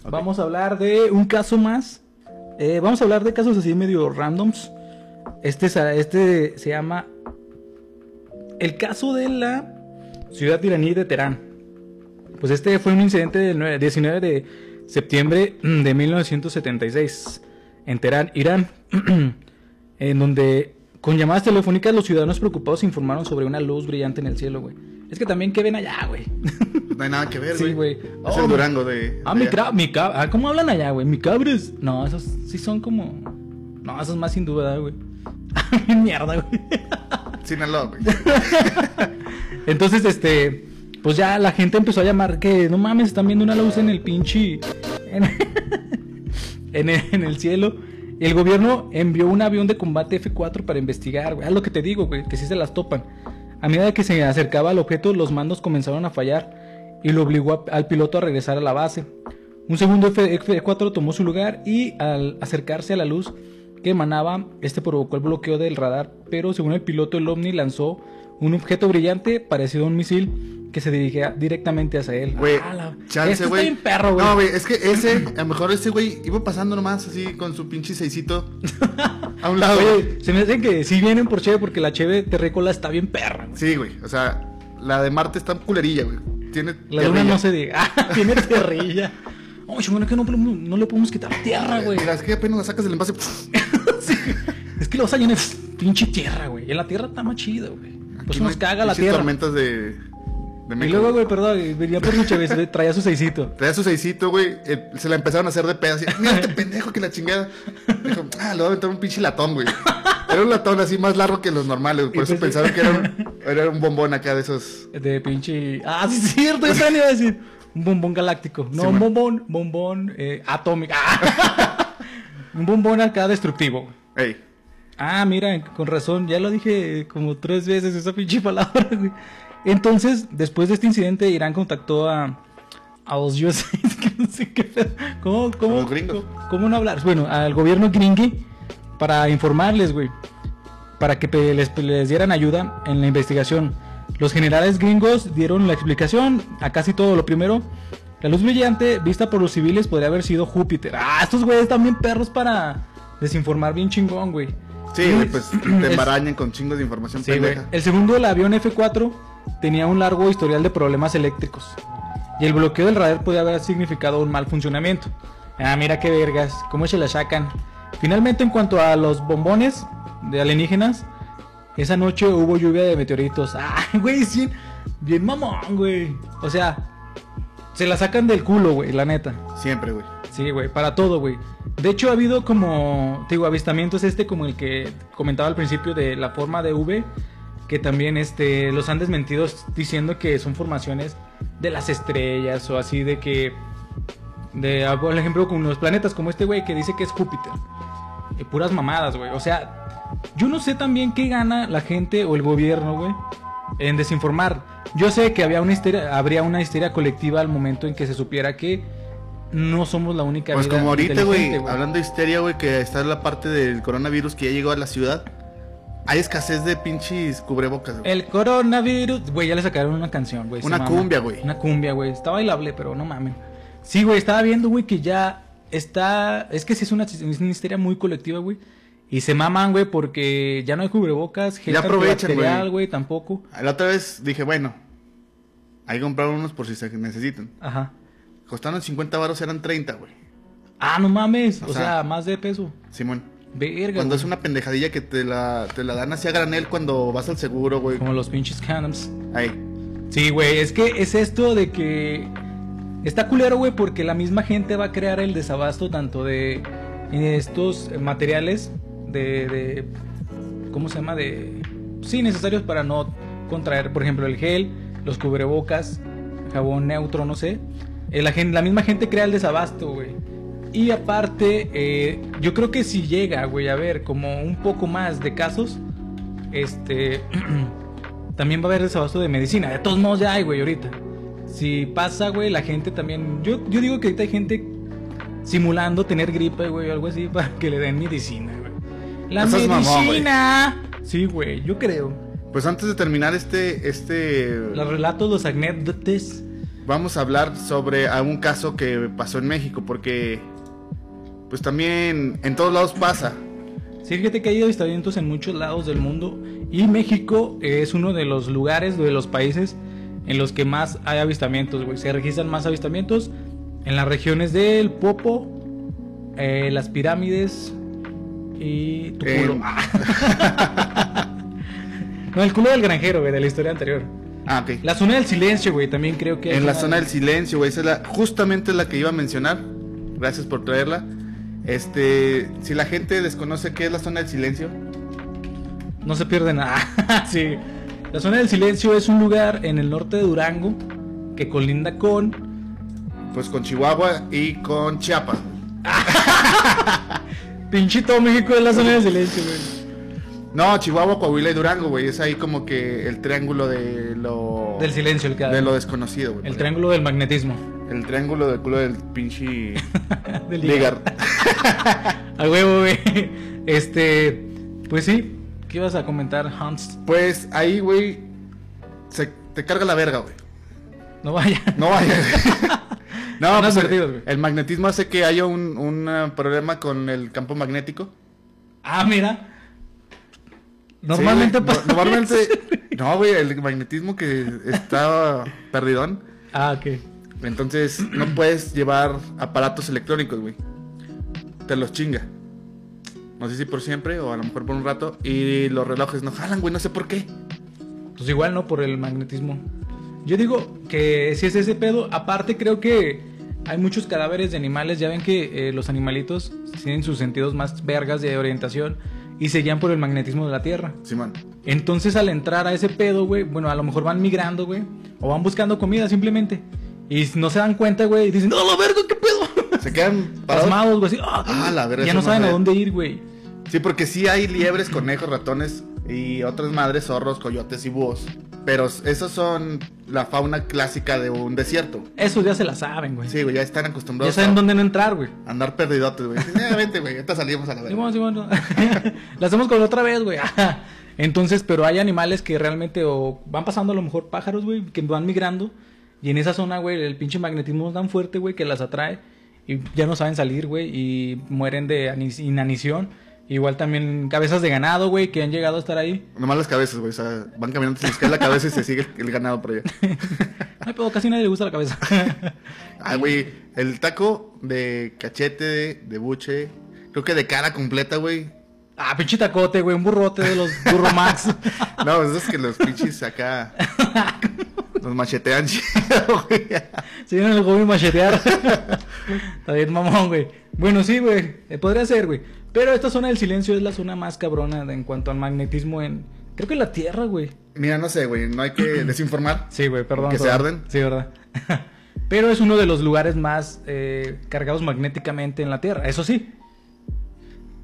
B: Vamos a hablar de un caso más Eh, vamos a hablar de casos así medio randoms. Este, sa- este se llama el caso de la ciudad iraní de Teherán. Pues este fue un incidente del nue- 19 de septiembre mm, de 1976 en Teherán, Irán, en donde con llamadas telefónicas los ciudadanos preocupados informaron sobre una luz brillante en el cielo, güey. Es que también que ven allá, güey.
D: No hay nada que ver,
B: Sí,
D: güey.
B: güey.
D: Es
B: Oh,
D: el Durango de.
B: Ah,
D: de
B: mi
D: allá.
B: cra- mi cab- ah, ¿cómo hablan allá, güey? Mi cabres. No, esos sí son como. No, esos más sin duda, güey. Mierda, güey.
D: Sinaloa, güey.
B: Entonces, este, pues ya la gente empezó a llamar que no mames, están viendo una luz en el pinche. En, en el, en el cielo. Y el gobierno envió un avión de combate F-4 para investigar, güey. Es lo que te digo, güey, que sí se las topan. A medida que se acercaba al objeto, los mandos comenzaron a fallar y lo obligó a- al piloto a regresar a la base. Un segundo F- F-4 tomó su lugar y al acercarse a la luz que emanaba, este provocó el bloqueo del radar, pero según el piloto el ovni lanzó un objeto brillante parecido a un misil que se dirigía directamente hacia él.
D: Güey,
B: Ah, la- Este
D: chance,
B: está
D: güey.
B: bien perro, güey.
D: No, güey, es que ese, a lo mejor ese güey iba pasando nomás así con su pinche seisito a
B: Ah,
D: un lado. güey.
B: Oye, se me hace que sí vienen por Cheve porque la Cheve terrícola está bien perra. güey.
D: Sí, güey. O sea, la de Marte está culerilla, güey. Tiene.
B: La luna
D: tierrilla.
B: no se diga. Ah, Tiene terrilla. Oye, bueno, que no, no le podemos quitar tierra, Ah, güey.
D: Mira, es que apenas la sacas del envase.
B: Sí. Es que los es pinche tierra, güey. Y la tierra está más chido, güey. Pues
D: Aquí no
B: nos
D: hay
B: caga la
D: pinches
B: tierra.
D: tormentas de. de
B: Y
D: México.
B: luego, güey, perdón, venía por muchas veces, traía su seisito.
D: Traía su seisito, güey. eh, se la empezaron a hacer de pedo. Así, mira este pendejo que la chingada. Dijo, ah, le voy a aventar un pinche latón, güey. Era un latón así más largo que los normales. güey, Por
B: Y
D: eso
B: pues,
D: pensaron que era un, era un bombón acá de esos.
B: De pinche. Ah, sí, es cierto, yo también iba a decir. Un bombón galáctico. No,
D: Sí,
B: un
D: man.
B: bombón, bombón eh, atómico. Ah. un bombón acá destructivo.
D: Ey.
B: Ah, mira, con razón, ya lo dije como tres veces esa pinche palabra. güey. Entonces, después de este incidente, Irán contactó a, a los USA, es que no sé qué pedo. ¿Cómo, cómo,
D: los gringos.
B: cómo- cómo no hablar? Bueno, al gobierno gringui para informarles, güey, para que pe- les, les dieran ayuda en la investigación. Los generales gringos dieron la explicación a casi todo. Lo primero, la luz brillante vista por los civiles podría haber sido Júpiter. Ah, estos güeyes también perros para desinformar bien chingón, güey.
D: Sí, güey, pues
B: Es-
D: te embarañan con chingos de información
B: Sí, güey.
D: pendeja.
B: El segundo del avión F-4 tenía un largo historial de problemas eléctricos. Y el bloqueo del radar podía haber significado un mal funcionamiento. Ah, mira qué vergas, cómo se la sacan. Finalmente, en cuanto a los bombones de alienígenas, esa noche hubo lluvia de meteoritos. Ah, güey, sí, bien mamón, güey. O sea, se la sacan del culo, güey, la neta.
D: Siempre, güey.
B: Sí, güey, para todo, güey. De hecho, ha habido como, te digo, avistamientos este como el que comentaba al principio de la forma de V, que también este, los han desmentido diciendo que son formaciones de las estrellas o así de que, de, ah, por ejemplo, con los planetas como este güey que dice que es Júpiter. Eh, puras mamadas, güey. O sea, yo no sé también qué gana la gente o el gobierno, güey, en desinformar. Yo sé que había una histeria, habría una histeria colectiva al momento en que se supiera que no somos la única
D: Pues
B: vida
D: como ahorita, güey,
B: inteligente,
D: hablando de histeria, güey, que está la parte del coronavirus que ya llegó a la ciudad. Hay escasez de pinches cubrebocas, güey.
B: El coronavirus, güey, ya le sacaron una canción, güey. se
D: Una
B: mama.
D: cumbia, güey.
B: Una cumbia, güey. Está bailable, pero no mamen. Sí, güey, estaba viendo, güey, que ya está. Es que sí es una, es una histeria muy colectiva, güey. Y se maman, güey, porque ya no hay cubrebocas, gel
D: Ya aprovechan, güey.
B: antibacterial, güey, tampoco.
D: La otra vez dije, bueno, ahí compraron unos por si se necesitan.
B: Ajá.
D: Costaron 50 varos, eran 30, güey.
B: Ah, no mames. O,
D: O
B: sea,
D: sea,
B: más de peso.
D: Simón.
B: Verga.
D: Cuando
B: güey.
D: es una pendejadilla que te la, te la dan así a granel cuando vas al seguro, güey.
B: Como los pinches condoms.
D: Ahí.
B: Sí, güey, es que es esto de que está culero, güey, porque la misma gente va a crear el desabasto tanto de estos eh, materiales de, de- ¿cómo se llama? De sí necesarios para no contraer, por ejemplo, el gel, los cubrebocas, jabón neutro, no sé. Eh, la gen- la misma gente crea el desabasto, güey. Y aparte, eh, yo creo que si llega, güey, a ver como un poco más de casos, este, también va a haber desabasto de medicina. De todos modos ya hay, güey, ahorita. Si pasa, güey, la gente también... Yo, yo digo que ahorita hay gente simulando tener gripe, güey, o algo así, para que le den medicina, güey. La
D: No seas mamón, güey.
B: medicina. sí, güey, yo creo.
D: Pues antes de terminar este, este,
B: Los relatos, los anécdotas.
D: vamos a hablar sobre algún caso que pasó en México, porque pues también en todos lados pasa.
B: Sí, fíjate que hay avistamientos en muchos lados del mundo y México es uno de los lugares, de los países en los que más hay avistamientos, güey. Se registran más avistamientos en las regiones del Popo, eh, las pirámides y tu
D: Eh,
B: culo. No, el culo del granjero, güey, de la historia anterior.
D: ah, ok.
B: La zona del silencio, güey, también creo que... es
D: En la
B: una-
D: zona del silencio, güey. Esa es la, justamente la que iba a mencionar. Gracias por traerla. Este, si la gente desconoce qué es la zona del silencio,
B: No se pierde nada. sí. La zona del silencio es un lugar en el norte de Durango que colinda con...
D: pues con Chihuahua y con Chiapas.
B: Pinchito México es la zona del silencio, güey.
D: No, Chihuahua, Coahuila y Durango, güey. Es ahí como que el triángulo de lo.
B: Del silencio, el que...
D: De lo desconocido, güey.
B: El triángulo del magnetismo.
D: El triángulo del culo del pinche.
B: Del
D: Ligar.
B: A huevo, güey. Este. Pues sí. ¿Qué ibas a comentar, Hans?
D: Pues ahí, güey. Se te carga la verga, güey.
B: No vaya.
D: No vaya. no,
B: Son
D: pues,
B: advertidos, güey.
D: el, el magnetismo hace que haya un, un, eh, problema con el campo magnético.
B: Ah, mira. Normalmente
D: Sí, güey.
B: pasa.
D: No- normalmente. No, güey, el magnetismo que está perdidón.
B: Ah, ok.
D: Entonces no puedes llevar aparatos electrónicos, güey. Te los chinga. No sé si por siempre o a lo mejor por un rato. Y los relojes no jalan, güey, no sé por qué.
B: Pues igual, ¿no? Por el magnetismo. Yo digo que si es ese pedo. Aparte, creo que hay muchos cadáveres de animales. Ya ven que eh, los animalitos tienen sus sentidos más vergas de orientación y se guían por el magnetismo de la Tierra.
D: Simón.
B: Entonces al entrar a ese pedo, güey, bueno, a lo mejor van migrando, güey, o van buscando comida simplemente. Y no se dan cuenta, güey, y dicen, no, la verga, qué pedo.
D: Se
B: Pues
D: quedan parados.
B: Pasmados, güey, así, ah,
D: Ah, la verga,
B: ya no
D: eso no
B: saben a
D: sabía.
B: dónde ir, güey.
D: Sí, porque sí hay liebres, conejos, ratones y otras madres, zorros, coyotes y búhos. Pero esos son la fauna clásica de un desierto.
B: Esos ya se la saben, güey.
D: Sí, güey, ya están
B: ya
D: acostumbrados
B: saben
D: a
B: dónde no entrar, güey.
D: andar perdidotes, güey. Sí, eh, vente, güey, ahorita salimos a la
B: Sí,
D: verga.
B: bueno, sí, bueno. la hacemos con otra vez, güey. Entonces, pero hay animales que realmente o van pasando a lo mejor pájaros, güey, que van migrando. Y en esa zona, güey, el pinche magnetismo es tan fuerte, güey, que las atrae. Y ya no saben salir, güey, y mueren de anis- inanición. Igual también cabezas de ganado, güey, que han llegado a estar ahí.
D: Nomás las cabezas, güey. O sea, van caminando, se les cae la cabeza y se sigue el, el ganado por allá.
B: Ay, pero casi nadie le gusta la cabeza.
D: Ah, güey, el taco de cachete, de, de buche, creo que de cara completa, güey.
B: ah, pinche tacote, güey, un burrote de los burromax.
D: No, esos que los pinches acá los machetean chido, güey.
B: Se dieron el gobi machetear. Está bien, mamón, güey. Bueno, sí, güey. eh, podría ser, güey. Pero esta zona del silencio es la zona más cabrona de- en cuanto al magnetismo en. Creo que la Tierra, güey.
D: Mira, no sé, güey, no hay que desinformar.
B: Sí, güey, perdón.
D: Que se
B: perdón.
D: arden.
B: Sí, verdad. Pero es uno de los lugares más eh, cargados magnéticamente en la Tierra, eso sí.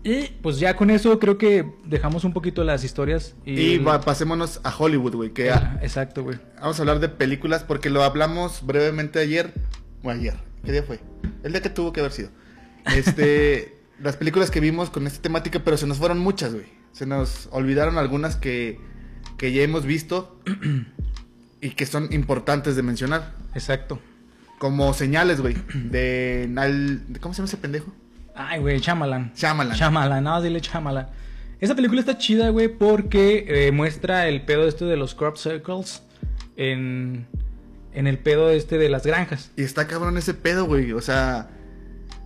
B: Y pues ya con eso creo que dejamos un poquito las historias. Y,
D: Y va- pasémonos a Hollywood, güey, que
B: Ah,
D: a-
B: Exacto, güey.
D: vamos a hablar de películas porque lo hablamos brevemente ayer o ayer. ¿Qué día fue? El día que tuvo que haber sido. Este, las películas que vimos con esta temática, pero se nos fueron muchas, güey. Se nos olvidaron algunas que, que ya hemos visto y que son importantes de mencionar.
B: Exacto.
D: Como señales, güey, de Nal... ¿Cómo se llama ese pendejo?
B: Ay, güey, Chamalan.
D: Shyamalan.
B: Chamalan, nada más dile Chamalan. Esa película está chida, güey, porque eh, muestra el pedo este de los crop circles en, en el pedo este de las granjas.
D: Y está cabrón ese pedo, güey. O sea,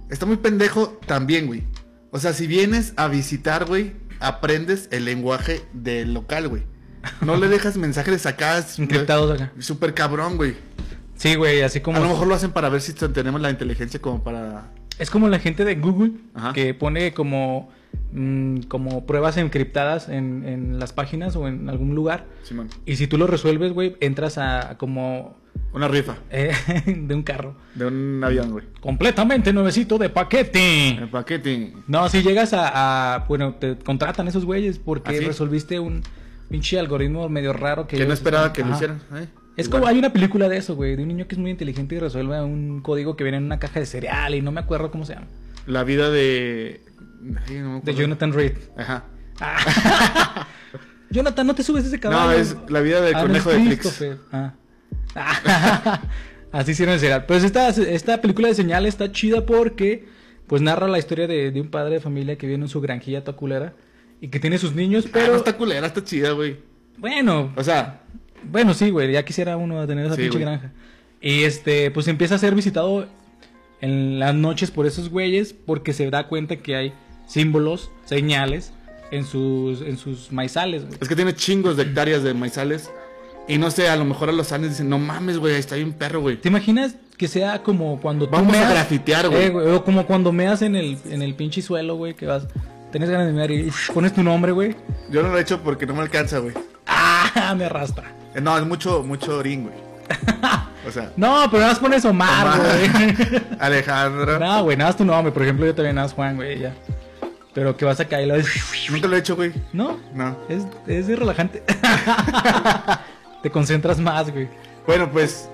D: está muy pendejo también, güey. O sea, si vienes a visitar, güey, aprendes el lenguaje del local, güey. No le dejas mensajes acá. es-
B: Encriptados acá.
D: Súper cabrón, güey.
B: Sí, güey, así como...
D: A lo mejor lo hacen para ver si tenemos la inteligencia como para...
B: Es como la gente de Google
D: Ajá.
B: que pone como, mm, como pruebas encriptadas en, en las páginas o en algún lugar.
D: Simón.
B: Y si tú lo resuelves, güey, entras a como...
D: Una rifa
B: eh, de un carro.
D: de un avión, güey.
B: Completamente nuevecito de paquete.
D: El paquete.
B: No, si llegas a, a- bueno, te contratan esos güeyes porque
D: ¿Ah, sí?
B: resolviste un pinche algoritmo medio raro que
D: Que no
B: ellos-
D: esperaba que lo
B: Ajá.
D: hicieran. ¿eh?
B: Es
D: Igual.
B: como hay una película de eso, güey, de un niño que es muy inteligente y resuelve un código que viene en una caja de cereal y no me acuerdo cómo se llama.
D: La vida de... Ay, no me
B: De
D: acuerdo.
B: Jonathan Reed.
D: Ajá.
B: Ah. Jonathan, no te subes a ese caballo.
D: No, es la vida del
B: Ah, no, es
D: conejo de Flix.
B: Christopher. Ah. Ah, Así hicieron el cereal. Pues esta, esta película de señales está chida porque pues narra la historia de, de un padre de familia que viene en su granjilla toculera y que tiene sus niños,
D: Pero
B: pero...
D: Ah, está culera, está chida, güey.
B: Bueno,
D: O sea,
B: bueno, sí, güey, ya quisiera uno tener esa
D: Sí,
B: pinche
D: güey.
B: granja. Y este, pues empieza a ser visitado en las noches por esos güeyes porque se da cuenta que hay símbolos, señales en sus, en sus maizales, güey.
D: es que tiene chingos de hectáreas de maizales. Y no sé, a lo mejor a los aliens dicen, no mames, güey, ahí está bien perro, güey.
B: ¿Te imaginas que sea como cuando tú
D: Vamos a
B: meas?
D: grafitear, güey.
B: Eh, o como cuando meas en el, en el pinche suelo, güey, que vas... Tienes ganas de mear y pones tu nombre, güey.
D: Yo no lo he hecho porque no me alcanza, güey.
B: ¡Ah! Me arrastra.
D: Eh, No, es mucho, mucho orín, güey. O sea,
B: No, pero nada más pones Omar,
D: Omar.
B: güey.
D: Alejandro.
B: no, güey, nada más tu nombre. Por ejemplo, yo también nada más Juan, güey, ya. Pero que vas a caer y lo
D: Nunca lo he hecho, güey.
B: No,
D: No.
B: es, es relajante. Te concentras más, güey.
D: Bueno, pues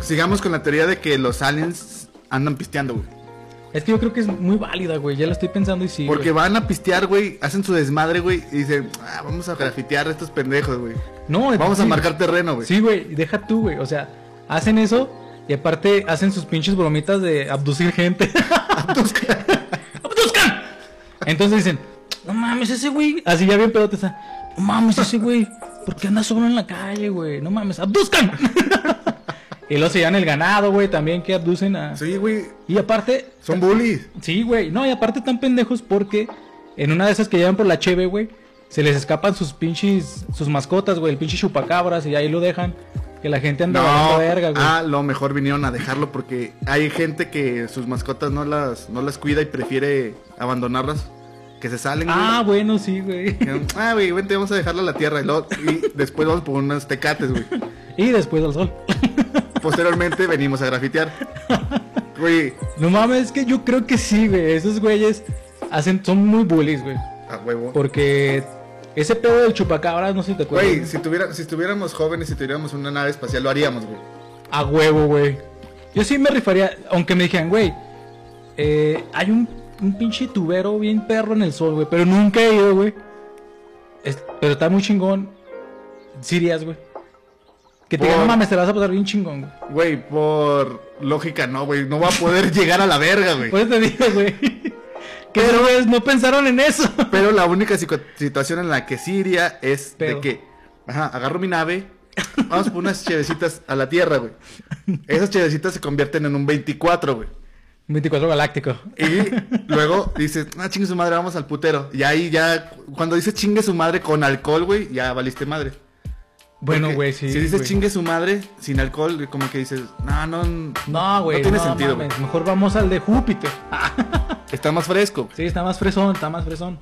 D: sigamos con la teoría de que los aliens andan pisteando, güey.
B: Es que yo creo que es muy válida, güey. Ya lo estoy pensando y sí.
D: Porque
B: güey.
D: van a pistear, güey, hacen su desmadre, güey, y dicen, "Ah, vamos a grafitear a estos pendejos, güey.
B: no,
D: Vamos a
B: sí.
D: marcar terreno, güey.
B: Sí, güey, deja tú, güey. O sea, hacen eso y aparte hacen sus pinches bromitas de abducir gente. ¡Abduzcan! ¡Abduzcan! Entonces dicen, no mames, ese güey. Así ya bien pedote está. No mames, ese güey. ¿Por qué anda solo en la calle, güey? No mames, abduzcan. y luego se llevan el ganado, güey, también que abducen a.
D: Sí, güey.
B: Y aparte,
D: Son bullies.
B: Sí, güey. No, y aparte están pendejos porque en una de esas que llevan por la cheve, güey, se les escapan sus pinches, sus mascotas, güey, el pinche chupacabras y ahí lo dejan. Que la gente anda
D: No, Ah,
B: valiendo verga, güey.
D: a lo mejor vinieron a dejarlo porque hay gente que sus mascotas no las, no las cuida y prefiere abandonarlas, que se salen. güey.
B: Ah, bueno, sí, güey.
D: Dijeron, Ah, güey, vente, vamos a dejarla a la tierra y, luego- y después vamos por unos tecates, güey.
B: Y después al sol.
D: Posteriormente venimos a grafitear. Güey,
B: No mames, es que yo creo que sí, güey. Esos güeyes hacen, son muy bullies, güey.
D: a huevo.
B: Porque ese pedo del chupacabras, no sé si te acuerdas.
D: Güey,
B: ¿no?
D: si, tuviera, si estuviéramos jóvenes y tuviéramos una nave espacial, lo haríamos, güey.
B: A huevo, güey. Yo sí me rifaría, aunque me dijeran, güey, eh, hay un, un pinche tubero bien perro en el sol, güey, pero nunca he ido, güey. Es- pero está muy chingón. Sí irías, güey. Que te digan,
D: Por-
B: no mames, te la vas a pasar bien chingón, güey.
D: Güey, por lógica, no, güey. No va a poder llegar a la verga, güey.
B: Por eso te digo, güey. Que esos güeyes no pensaron en eso.
D: Pero la única sico- situación en la que sí iría es
B: Pedo.
D: de que, ajá, agarro mi nave, vamos por unas chevecitas a la Tierra, güey. Esas chevecitas se convierten en un 24, güey.
B: 24 Galáctico.
D: Y luego dices, ah, chingue su madre, vamos al putero. Y ahí ya, cuando dices chingue su madre con alcohol, güey, ya valiste madre.
B: Bueno,
D: Porque
B: güey, sí.
D: Si dices
B: güey.
D: chingue su madre sin alcohol, como que dices, no, no,
B: No, güey.
D: no tiene sentido,
B: mames,
D: güey.
B: Mejor vamos al de Júpiter.
D: Está más fresco.
B: Sí, está más fresón, está más fresón.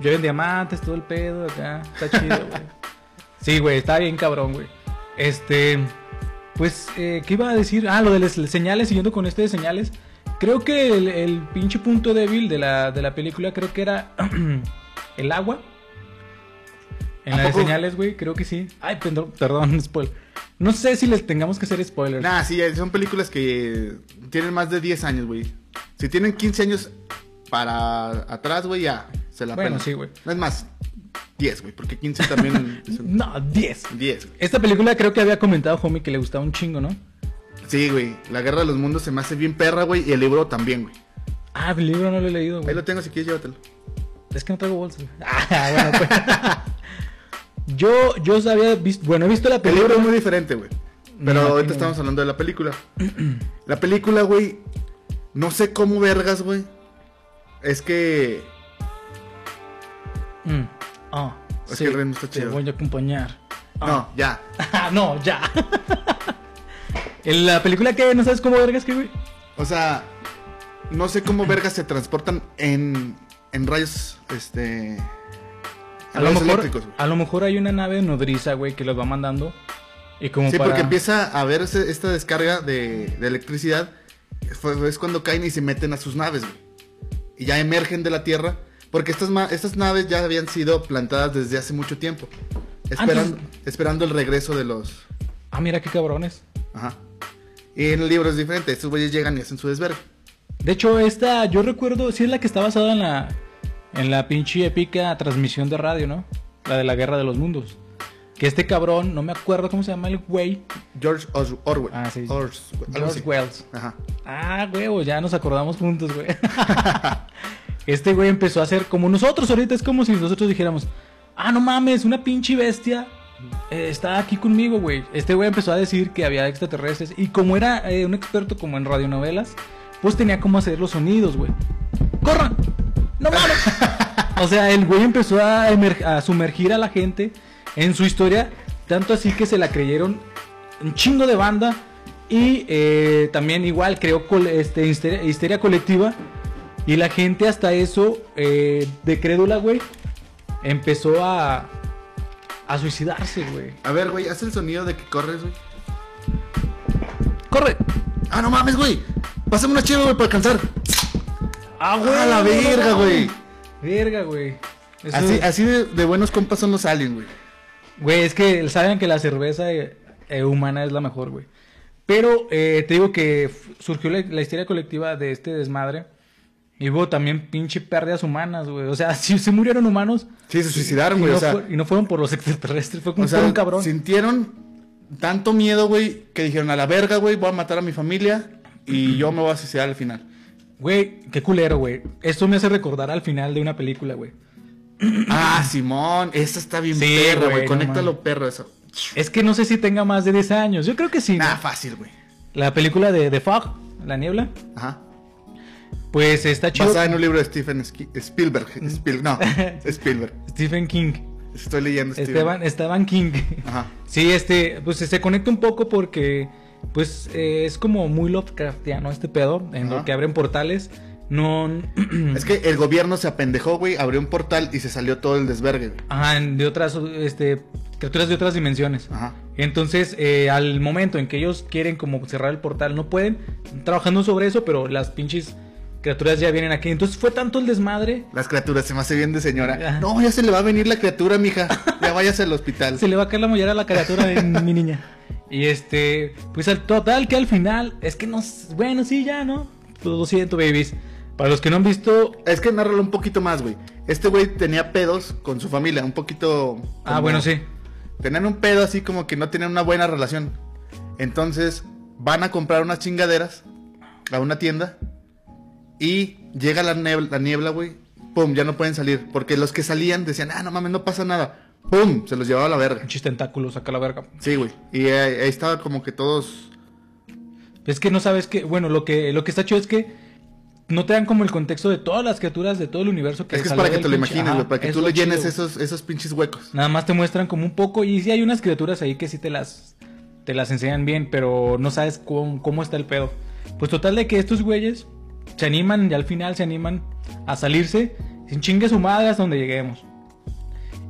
B: Llueven diamantes, todo el pedo acá. Está chido, güey. Sí, güey, está bien cabrón, güey. Este. Pues, eh, ¿qué iba a decir? Ah, lo de las señales, siguiendo con este de señales. Creo que el, el pinche punto débil de la, de la película, creo que era el agua. En
D: ¿A
B: la de
D: poco?
B: señales, güey, creo que sí. Ay, perdón, perdón, spoiler. No sé si les tengamos que hacer spoilers.
D: Nah, sí, eh, son películas que tienen más de 10 años, güey. Si tienen 15 años para atrás, güey, ya se la
B: Bueno,
D: pelan.
B: sí, güey.
D: No es más, 10, güey, porque 15 también son
B: No, 10.
D: 10. güey.
B: Esta película creo que había comentado, homie, que le gustaba un chingo, ¿no?
D: Sí, güey, La Guerra de los Mundos se me hace bien perra, güey, y el libro también, güey.
B: Ah, el libro no lo he leído,
D: Ahí
B: güey.
D: lo tengo, si quieres, llévatelo.
B: Es que no traigo bolsas. Ah, bueno, pues. yo, yo había visto. Bueno, he visto la
D: El libro
B: película.
D: es muy diferente, güey.
B: Me
D: Pero
B: imagino,
D: ahorita
B: güey.
D: estamos hablando de la película. La película, güey, no sé cómo vergas, güey. Es que...
B: Mm. Ah,
D: Es que el ritmo está
B: te
D: chido.
B: voy a acompañar.
D: No, ya.
B: Ah, no, ya. en la película que no sabes cómo vergas que, güey.
D: O sea, no sé cómo vergas se transportan en, en rayos, este... en
B: A lo,
D: rayos
B: mejor,
D: eléctricos, güey.
B: a lo mejor hay una nave nodriza, güey, que los va mandando. Y como
D: Sí,
B: para.
D: porque empieza a haber ese- esta descarga de, de electricidad. Fue- es cuando caen y se meten a sus naves, güey. Y ya emergen de la Tierra. Porque estas, ma- estas naves ya habían sido plantadas desde hace mucho tiempo. Esperando, esperando el regreso de los...
B: Ah, mira qué cabrones.
D: Ajá. Y en el libro es diferente. Estos güeyes llegan y hacen su desvergue.
B: De hecho, esta, yo recuerdo, sí es la que está basada en la. En la pinche épica transmisión de radio, ¿no? La de la guerra de los mundos. Que este cabrón, no me acuerdo cómo se llama el güey.
D: George Os- Orwell.
B: Ah, sí.
D: Orswell, algo
B: George
D: así.
B: Wells.
D: Ajá.
B: Ah, huevo, ya nos acordamos juntos, güey. este güey empezó a hacer como nosotros ahorita, es como si nosotros dijéramos, ah, no mames, una pinche bestia eh, está aquí conmigo, güey. Este güey empezó a decir que había extraterrestres y como era eh, un experto como en radionovelas, pues tenía cómo hacer los sonidos, güey. ¡Corran! ¡No mames! o sea, el güey empezó a, emer- a sumergir a la gente en su historia, tanto así que se la creyeron un chingo de banda y eh, también igual creó col- este, histeria, histeria colectiva y la gente hasta eso eh, de crédula, güey, empezó a, a suicidarse, güey.
D: A ver, güey, haz el sonido de que corres, güey.
B: ¡Corre!
D: Ah, no mames, güey. Pásame una chévere, güey, para alcanzar.
B: ¡Ah,
D: ¡Ah, la verga, güey!
B: Verga, güey. Eso-
D: Así, así de, de buenos compas son los aliens, güey.
B: Güey, es que saben que la cerveza eh, eh, humana es la mejor, güey. Pero eh, te digo que f- surgió la, la histeria colectiva de este desmadre. Y hubo también pinche pérdidas humanas, güey. O sea, si se murieron humanos.
D: Sí, se suicidaron,
B: y,
D: güey.
B: no
D: O sea,
B: fue- y no fueron por los extraterrestres, fue como
D: o sea,
B: por un cabrón.
D: sintieron tanto miedo, güey, que dijeron a la verga, güey, voy a matar a mi familia y yo me voy a suicidar al final.
B: Güey, qué culero, güey. Esto me hace recordar al final de una película, güey.
D: Ah, Simón, esa está bien
B: Sí,
D: perra,
B: güey,
D: güey.
B: no
D: Conéctalo,
B: mames.
D: perro, eso.
B: Es que no sé si tenga más de 10 años. Yo creo que sí. ¿no?
D: Nada fácil, güey.
B: La película de The Fog, La Niebla.
D: Ajá.
B: Pues está chido.
D: Basada en un libro de Stephen Ski- Spielberg. Spiel- no, Spielberg.
B: Stephen King.
D: Estoy leyendo Steven.
B: Esteban, Esteban King.
D: Ajá.
B: Sí, este, pues se conecta un poco porque, pues, eh, es como muy Lovecraftiano este pedo, en lo
D: Ajá.
B: que abren portales. No,
D: Es que el gobierno se apendejó, güey, abrió un portal y se salió todo el desvergue, güey.
B: ajá, de otras, este, criaturas de otras dimensiones.
D: Ajá.
B: Entonces, eh, al momento en que ellos quieren como cerrar el portal, no pueden, están trabajando sobre eso, pero las pinches criaturas ya vienen aquí. Entonces fue tanto el desmadre,
D: Las criaturas, se me hace bien de señora.
B: Ajá.
D: No, ya se le va a venir la criatura, mija. Ya váyase al hospital.
B: se le va a caer la mollera a la criatura de mi niña. Y este, pues al total que al final, es que no, s- bueno, sí, ya, ¿no? Pues lo siento, babies. Para los que no han visto,
D: Es que narralo un poquito más, güey. Este güey tenía pedos con su familia, un poquito.
B: ah,
D: como-
B: bueno, sí.
D: Tenían un pedo así como que no tenían una buena relación. Entonces van a comprar unas chingaderas a una tienda y llega la niebla, la niebla, güey. Pum, ya no pueden salir. Porque los que salían decían, ah, no mames, no pasa nada. Pum, se los llevaba a la verga.
B: Pinches tentáculos acá la verga.
D: Sí, güey. Y ahí, ahí estaba como que todos.
B: Es que no sabes que, bueno, lo que, lo que está chido es que no te dan como el contexto de todas las criaturas de todo el universo que
D: es que es
B: salió
D: para
B: del
D: que te lo
B: pinche-
D: imagines,
B: ajá,
D: güey. Para que
B: es
D: tú
B: lo
D: lo llenes
B: chido.
D: esos, esos pinches huecos.
B: Nada más te muestran como un poco. Y sí hay unas criaturas ahí que sí te las, te las enseñan bien, pero no sabes cómo, cómo está el pedo. Pues total de que estos güeyes se animan y al final se animan a salirse sin chingue su madre hasta donde lleguemos.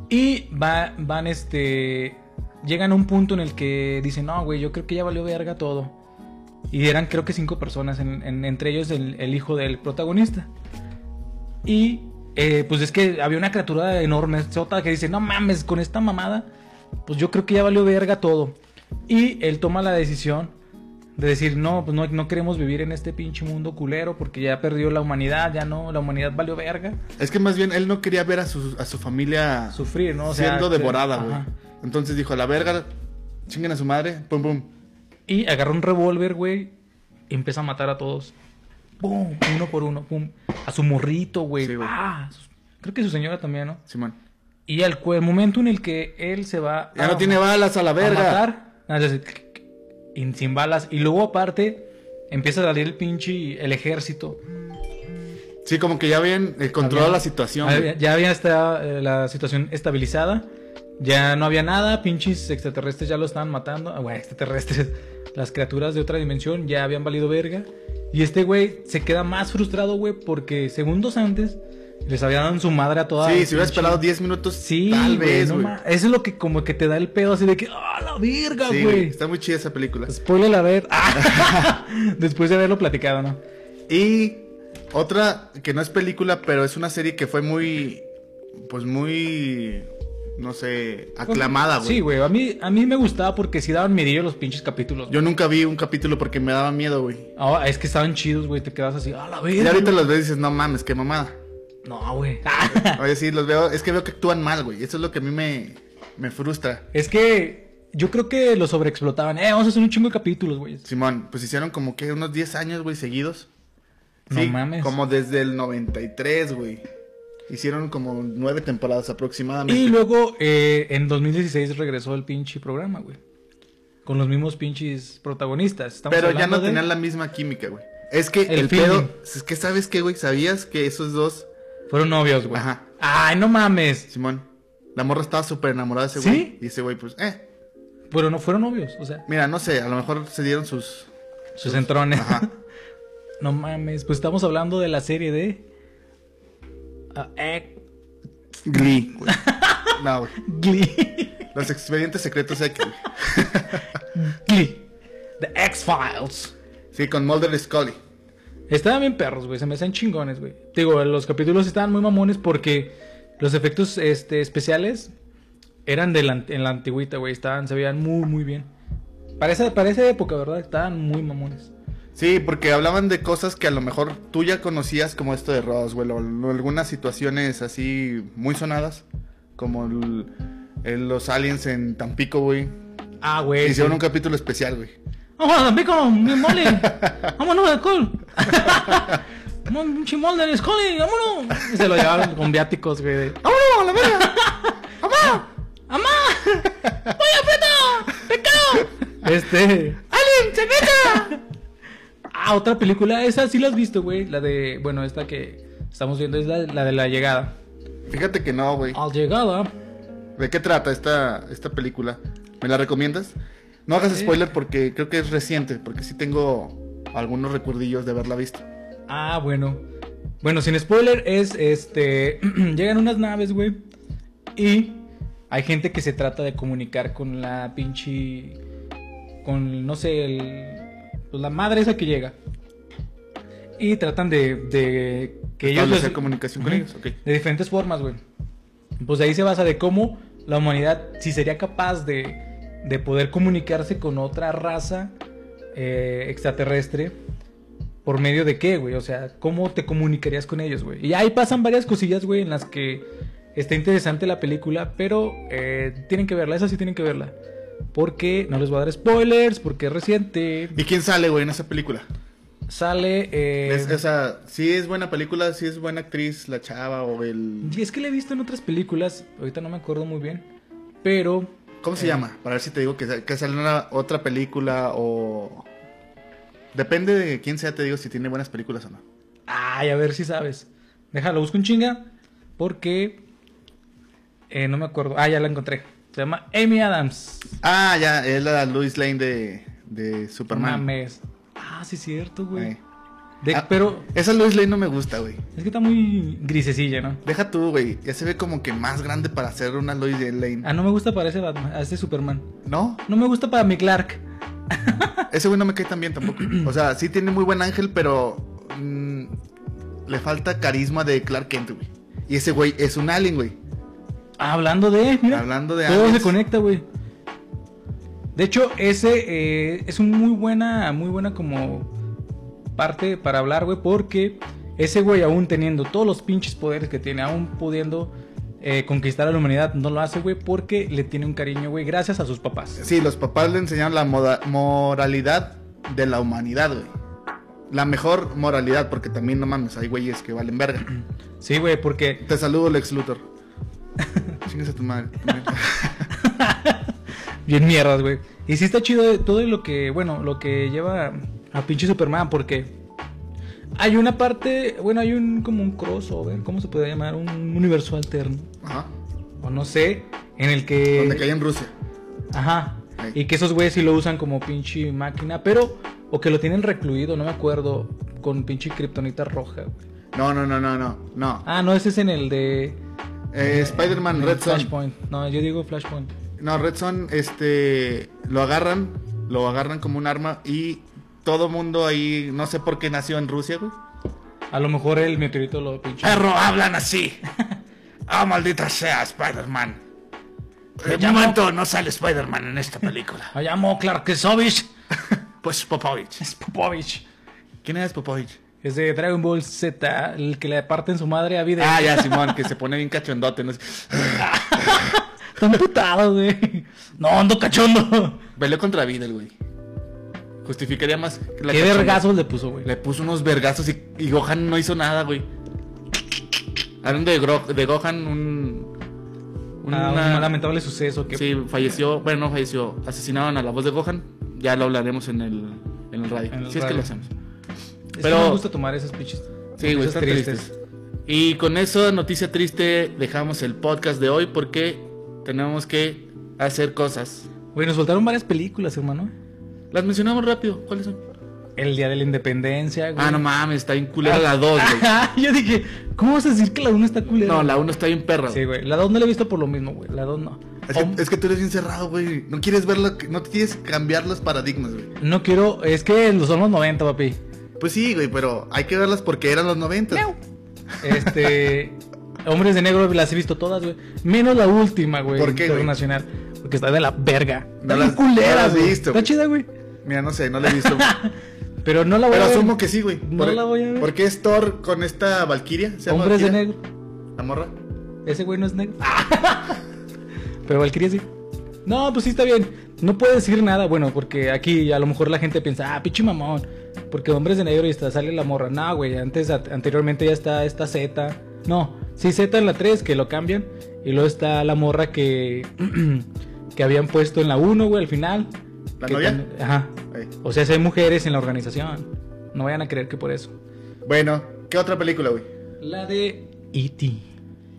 B: Y va- van este... Llegan a un punto en el que dicen, no, güey, yo creo que ya valió verga todo. Y eran creo que cinco personas, en- en- entre ellos el, el hijo del protagonista. Y eh, pues es que había una criatura enorme, sota, que dice, no mames, con esta mamada, pues yo creo que ya valió verga todo. Y él toma la decisión de decir, no, pues no, no queremos vivir en este pinche mundo culero porque ya perdió la humanidad, ya no, la humanidad valió verga.
D: Es que más bien él no quería ver a su, a su familia
B: Sufrir, ¿no? O sea,
D: siendo
B: que-
D: devorada, güey.
B: ajá.
D: Entonces dijo, a la verga, chinguen a su madre, pum, pum.
B: Y agarra un revólver, güey, y empieza a matar a todos. ¡Pum! Uno por uno, pum. A su morrito, güey.
D: Sí, güey.
B: Ah, su- creo que su señora también, ¿no?
D: Simón.
B: Y al cu- el momento en el que él se va
D: Ya no tiene balas a la verga.
B: a matar. nada, se hace clic, clic, y sin balas. Y luego, aparte, empieza a salir el pinche el ejército.
D: Sí, como que ya habían eh, controlado
B: Había-
D: la situación.
B: había-
D: güey.
B: Ah, ya había esta, eh, la situación estabilizada. Ya no había nada. Pinches extraterrestres ya lo estaban matando. Ah, Bueno, extraterrestres. Las criaturas de otra dimensión ya habían valido verga. Y este güey se queda más frustrado, güey, porque segundos antes les había dado en su madre a toda.
D: sí, si hubiera
B: pinche-
D: esperado 10 minutos,
B: Sí,
D: tal
B: güey,
D: vez,
B: no
D: güey.
B: ma- Eso es lo que como que te da el pedo así de que, ¡ah, la verga,
D: Sí, güey,
B: güey!
D: está muy chida esa película.
B: Spoiler a ver. Ah, Después de haberlo platicado, ¿no?
D: Y otra que no es película, pero es una serie que fue muy, pues muy, no sé, aclamada, güey.
B: Sí, güey. A mí, a mí me gustaba porque sí daban mirillo los pinches capítulos.
D: Yo nunca vi un capítulo porque me daba miedo, güey.
B: Ah, es que estaban chidos, güey. Te quedas así, ¡ah, la
D: Y
B: verga!
D: ahorita los ves y dices, no mames, qué mamada.
B: No, güey.
D: Oye, sí, los veo, es que veo que actúan mal, güey. Eso es lo que a mí me, Me frustra.
B: Es que yo creo que lo sobreexplotaban. Eh, vamos a hacer un chingo de capítulos, güey.
D: Simón, pues hicieron como que unos 10 años, güey, seguidos.
B: No mames.
D: Como desde el 93, güey. Hicieron como nueve temporadas aproximadamente.
B: Y luego eh, en 2016 regresó el pinche programa, güey. Con los mismos pinches protagonistas. Estamos
D: Pero ya
B: hablando
D: no
B: de-
D: tenían la misma química, güey. Es que
B: El
D: el,
B: feeling.
D: pedo. Es que sabes qué, güey. Sabías que esos dos.
B: Fueron novios, güey.
D: Ajá.
B: Ay, no mames.
D: Simón. La morra estaba súper enamorada de ese
B: ¿Sí?
D: güey. Y ese güey, pues, eh.
B: Pero no fueron novios, o sea,
D: Mira, no sé, a lo mejor se dieron sus.
B: sus entrones.
D: Ajá.
B: No mames, pues estamos hablando de la serie de. Ah, eh,
D: Glee, güey. No, güey.
B: Glee.
D: Los expedientes secretos X. güey.
B: Glee. The X-Files.
D: Sí, con Mulder y Scully.
B: Estaban bien perros, güey. Se me hacen chingones, güey. Te Digo, los capítulos estaban muy mamones porque los efectos este, especiales eran de la, en la antigüita, güey. Estaban, se veían muy, muy bien. Para esa, para esa época, ¿verdad? Estaban muy mamones.
D: Sí, porque hablaban de cosas que a lo mejor tú ya conocías, como esto de Roswell, o l- algunas situaciones así muy sonadas, como el- el- los aliens en Tampico, güey.
B: Ah, güey.
D: Hicieron
B: sí.
D: un capítulo especial, güey.
B: Vamos a Tampico, mi mole. Vámonos al col. Vamos, pinche molde del Scully, vámonos. Y se lo llevaron con viáticos, güey. de,
D: ¡Vámonos, a la verga!
B: ¡Amá! ¡Amá! ¡Pollo frito! ¡Pecado! Este. ¡Alien, se meta! Ah, otra película. Esa sí la has visto, güey. La de. Bueno, esta que estamos viendo es la, la de la llegada.
D: Fíjate que no, güey.
B: Al llegada.
D: ¿De qué trata esta, esta película? ¿Me la recomiendas? No hagas spoiler porque creo que es reciente, porque sí tengo algunos recuerdillos de haberla visto.
B: Ah, bueno. Bueno, sin spoiler, es este. Llegan unas naves, güey. Y hay gente que se trata de comunicar con la pinche. Con, no sé, el, pues la madre esa que llega. Y tratan de. de que ellos.
D: Establecer
B: les-
D: comunicación con
B: Ujú.
D: ellos, ok.
B: De diferentes formas, güey. Pues de ahí se basa de cómo la humanidad, si sería capaz de, de poder comunicarse con otra raza eh, extraterrestre, ¿por medio de qué, güey? O sea, ¿cómo te comunicarías con ellos, güey? Y ahí pasan varias cosillas, güey, en las que está interesante la película, pero eh, tienen que verla, esa sí tienen que verla. Porque no les voy a dar spoilers, porque es reciente.
D: ¿Y quién sale, güey, en esa película?
B: Sale. eh,
D: Es- o sea, sí es buena película, sí es buena actriz, la chava o el...
B: Y es que la he visto en otras películas, ahorita no me acuerdo muy bien, pero
D: ¿Cómo
B: Eh.
D: se llama? Para ver si te digo que, sa- que sale una otra película o... Depende de quién sea, te digo si tiene buenas películas o no.
B: ay, a ver si sabes. Déjalo, busco un chinga porque eh, no me acuerdo. Ah, ya la encontré. Se llama Amy Adams.
D: Ah, ya, es la Louis Lane de, de Superman.
B: Mames. Ah, sí es cierto, güey.
D: Ahí.
B: De-
D: Ah,
B: pero
D: Esa Louis Lane no me gusta, güey.
B: es que está muy grisecilla, ¿no?
D: Deja tú, güey. Ya se ve como que más grande para hacer una Louis Lane.
B: Ah, no me gusta para ese Batman, a ese Superman.
D: No,
B: No me gusta para mi Clark.
D: ese güey no me cae tan bien tampoco. O sea, sí tiene muy buen ángel, pero mm, le falta carisma de Clark Kent, güey. Y ese güey es un alien, güey.
B: Ah, Hablando de, mira.
D: Hablando de
B: Todo
D: aliens.
B: se conecta, güey. De hecho, ese eh, es un muy buena, muy buena como parte para hablar, güey, porque ese güey aún teniendo todos los pinches poderes que tiene, aún pudiendo eh, conquistar a la humanidad, no lo hace, güey, porque le tiene un cariño, güey, gracias a sus papás.
D: Sí, los papás le enseñaron la moda- moralidad de la humanidad, güey. La mejor moralidad, porque también no mames, hay güeyes que valen verga.
B: Sí, güey, porque
D: Te saludo, Lex Luthor. Chingas a tu madre. también.
B: bien mierdas, güey. Y sí está chido eh, todo lo que, bueno, lo que lleva a pinche Superman, porque hay una parte, bueno, hay un como un crossover, ¿cómo se puede llamar? Un universo alterno.
D: Ajá.
B: o no sé, en el que...
D: Donde caí en Rusia.
B: Ajá.
D: Ahí.
B: Y que esos güeyes sí lo usan como pinche máquina, pero... O que lo tienen recluido, no me acuerdo, con pinche kriptonita roja. güey.
D: No, no, no, no, no. no.
B: Ah, no, ese es en el de...
D: Eh, Spider-Man
B: en el
D: Red Son.
B: Flashpoint. No, yo digo Flashpoint.
D: No, Red Son, este, lo agarran, lo agarran como un arma y todo mundo ahí, no sé por qué nació en Rusia, güey.
B: A lo mejor el meteorito lo pinche...
D: Ah,
C: Perro, hablan así. Ah, maldita sea, Spider-Man. De
B: llamo-
C: momento no sale Spider-Man en esta película.
B: Me llamo Clark Kesovich.
C: Pues Popovich.
B: Es Popovich.
D: ¿Quién es Popovich?
B: Es de Dragon Ball Z, el que le parten su madre a vida.
D: Ah, ya, Simón, que se pone bien cachondote. No sé.
B: Está emputado, güey. No, ando cachondo.
D: Peleó contra Vidal, güey. Justificaría más. que la
B: Qué
D: cachonda.
B: vergazos le puso, güey.
D: Le puso unos vergazos y, y Gohan no hizo nada, güey. Hablando de, Gro- de Gohan, un.
B: Ah,
D: una-
B: un lamentable suceso que
D: Sí, falleció. Bueno, no falleció. Asesinaron a la voz de Gohan. Ya lo hablaremos en el, en el radio.
B: En el
D: si es que
B: radio.
D: lo hacemos.
B: Es que
D: Pero-
B: me gusta tomar esas pinches.
D: Sí, güey,
B: noticias
D: están tristes. Y con esa noticia triste dejamos el podcast de hoy porque tenemos que hacer cosas.
B: Güey, nos soltaron varias películas, hermano.
D: Las mencionamos rápido. ¿Cuáles son?
B: El Día de la Independencia, güey.
D: Ah, no mames, está bien
B: Ah.
D: culera la 2, güey.
B: Ajá, Yo dije, ¿cómo vas a decir que la 1 está culera?
D: No, la 1 está bien perra.
B: Sí, güey. La 2 no la he visto por lo mismo, güey. La 2 no.
D: Es que-
B: Hom-
D: es que tú eres bien cerrado, güey. No quieres verlo, no quieres cambiar los paradigmas, güey.
B: No quiero. Es que los son los 90, papi.
D: Pues sí, güey, pero hay que verlas porque eran los 90.
B: Este. Hombres de negro las he visto todas, güey. Menos la última, güey.
D: ¿Por qué, güey?
B: Internacional. Porque está de la verga. está
D: No
B: bien
D: las- no
B: culera,
D: las he
B: güey.
D: visto,
B: Está
D: güey.
B: chida, güey.
D: Mira, no sé, no la he visto.
B: Pero no la voy
D: pero
B: a ver.
D: asumo que sí, güey.
B: No la voy a ver.
D: ¿Por qué es Thor con esta Valkyria? ¿Se llama
B: Hombres de
D: Valkyria?
B: negro.
D: La morra.
B: Ese güey no es negro. Pero Valkyria sí. No, pues sí está bien. No puede decir nada, bueno, porque aquí a lo mejor la gente piensa, ah, pinche mamón. Porque hombres de negro y está, sale la morra. No, güey, antes, at- anteriormente ya está esta Z. No, sí, Z en la 3, que lo cambian. Y luego está la morra que, que habían puesto en la 1, güey, al final.
D: ¿La
B: Que
D: novia?
B: cuando- Ajá.
D: Ahí.
B: O sea, si hay mujeres en la organización. No vayan a creer que por eso.
D: Bueno, ¿qué otra película, güey?
B: La de E E.T.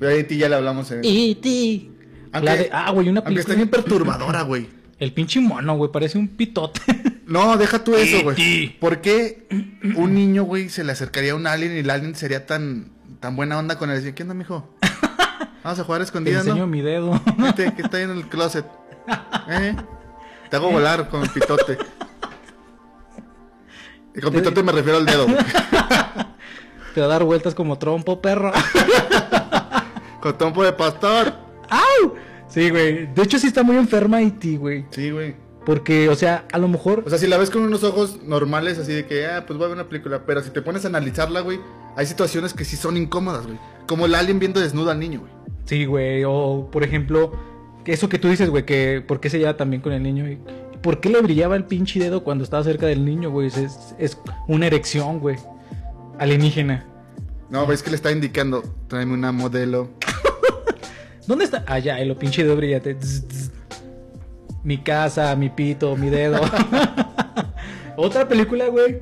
D: De ti ya la hablamos en
B: E.T. La de, ah, güey, una
D: Aunque está
B: película.
D: bien perturbadora, güey.
B: El pinche mono, güey, parece un pitote.
D: No, deja tú eso, güey.
A: E.T..
D: ¿Por qué un niño, güey, se le acercaría a un alien y el alien sería tan, tan buena onda con él? Decía, ¿Qué onda, mijo? Vamos a jugar a
B: Te
D: escondidas,
B: enseño
D: ¿no?
B: mi dedo.
D: Vete, que está ahí en el closet. ¿Eh? Te hago volar con el pitote. Y con pitote me refiero al dedo, güey.
B: Te va a dar vueltas como trompo, perro.
D: Con trompo de pastor.
B: ¡Au! Sí, güey. De hecho, sí está muy enferma Iti, güey.
D: Sí, güey.
B: Porque, o sea, a lo mejor.
D: O sea, si la ves con unos ojos normales, así de que, ah, pues voy a ver una película. Pero si te pones a analizarla, güey, hay situaciones que sí son incómodas, güey. Como el alien viendo desnudo al niño, güey.
B: Sí, güey. O, por ejemplo, que eso que tú dices, güey, que por qué se lleva también con el niño. Y, ¿Por qué le brillaba el pinche dedo cuando estaba cerca del niño, güey? Es- Es, es una erección, güey. Alienígena.
D: No, güey, es que le está indicando, tráeme una modelo.
B: ¿Dónde está? Ah, Allá, el pinche dedo brillante. Tz, tz. Mi casa, mi pito, mi dedo. Otra película, güey.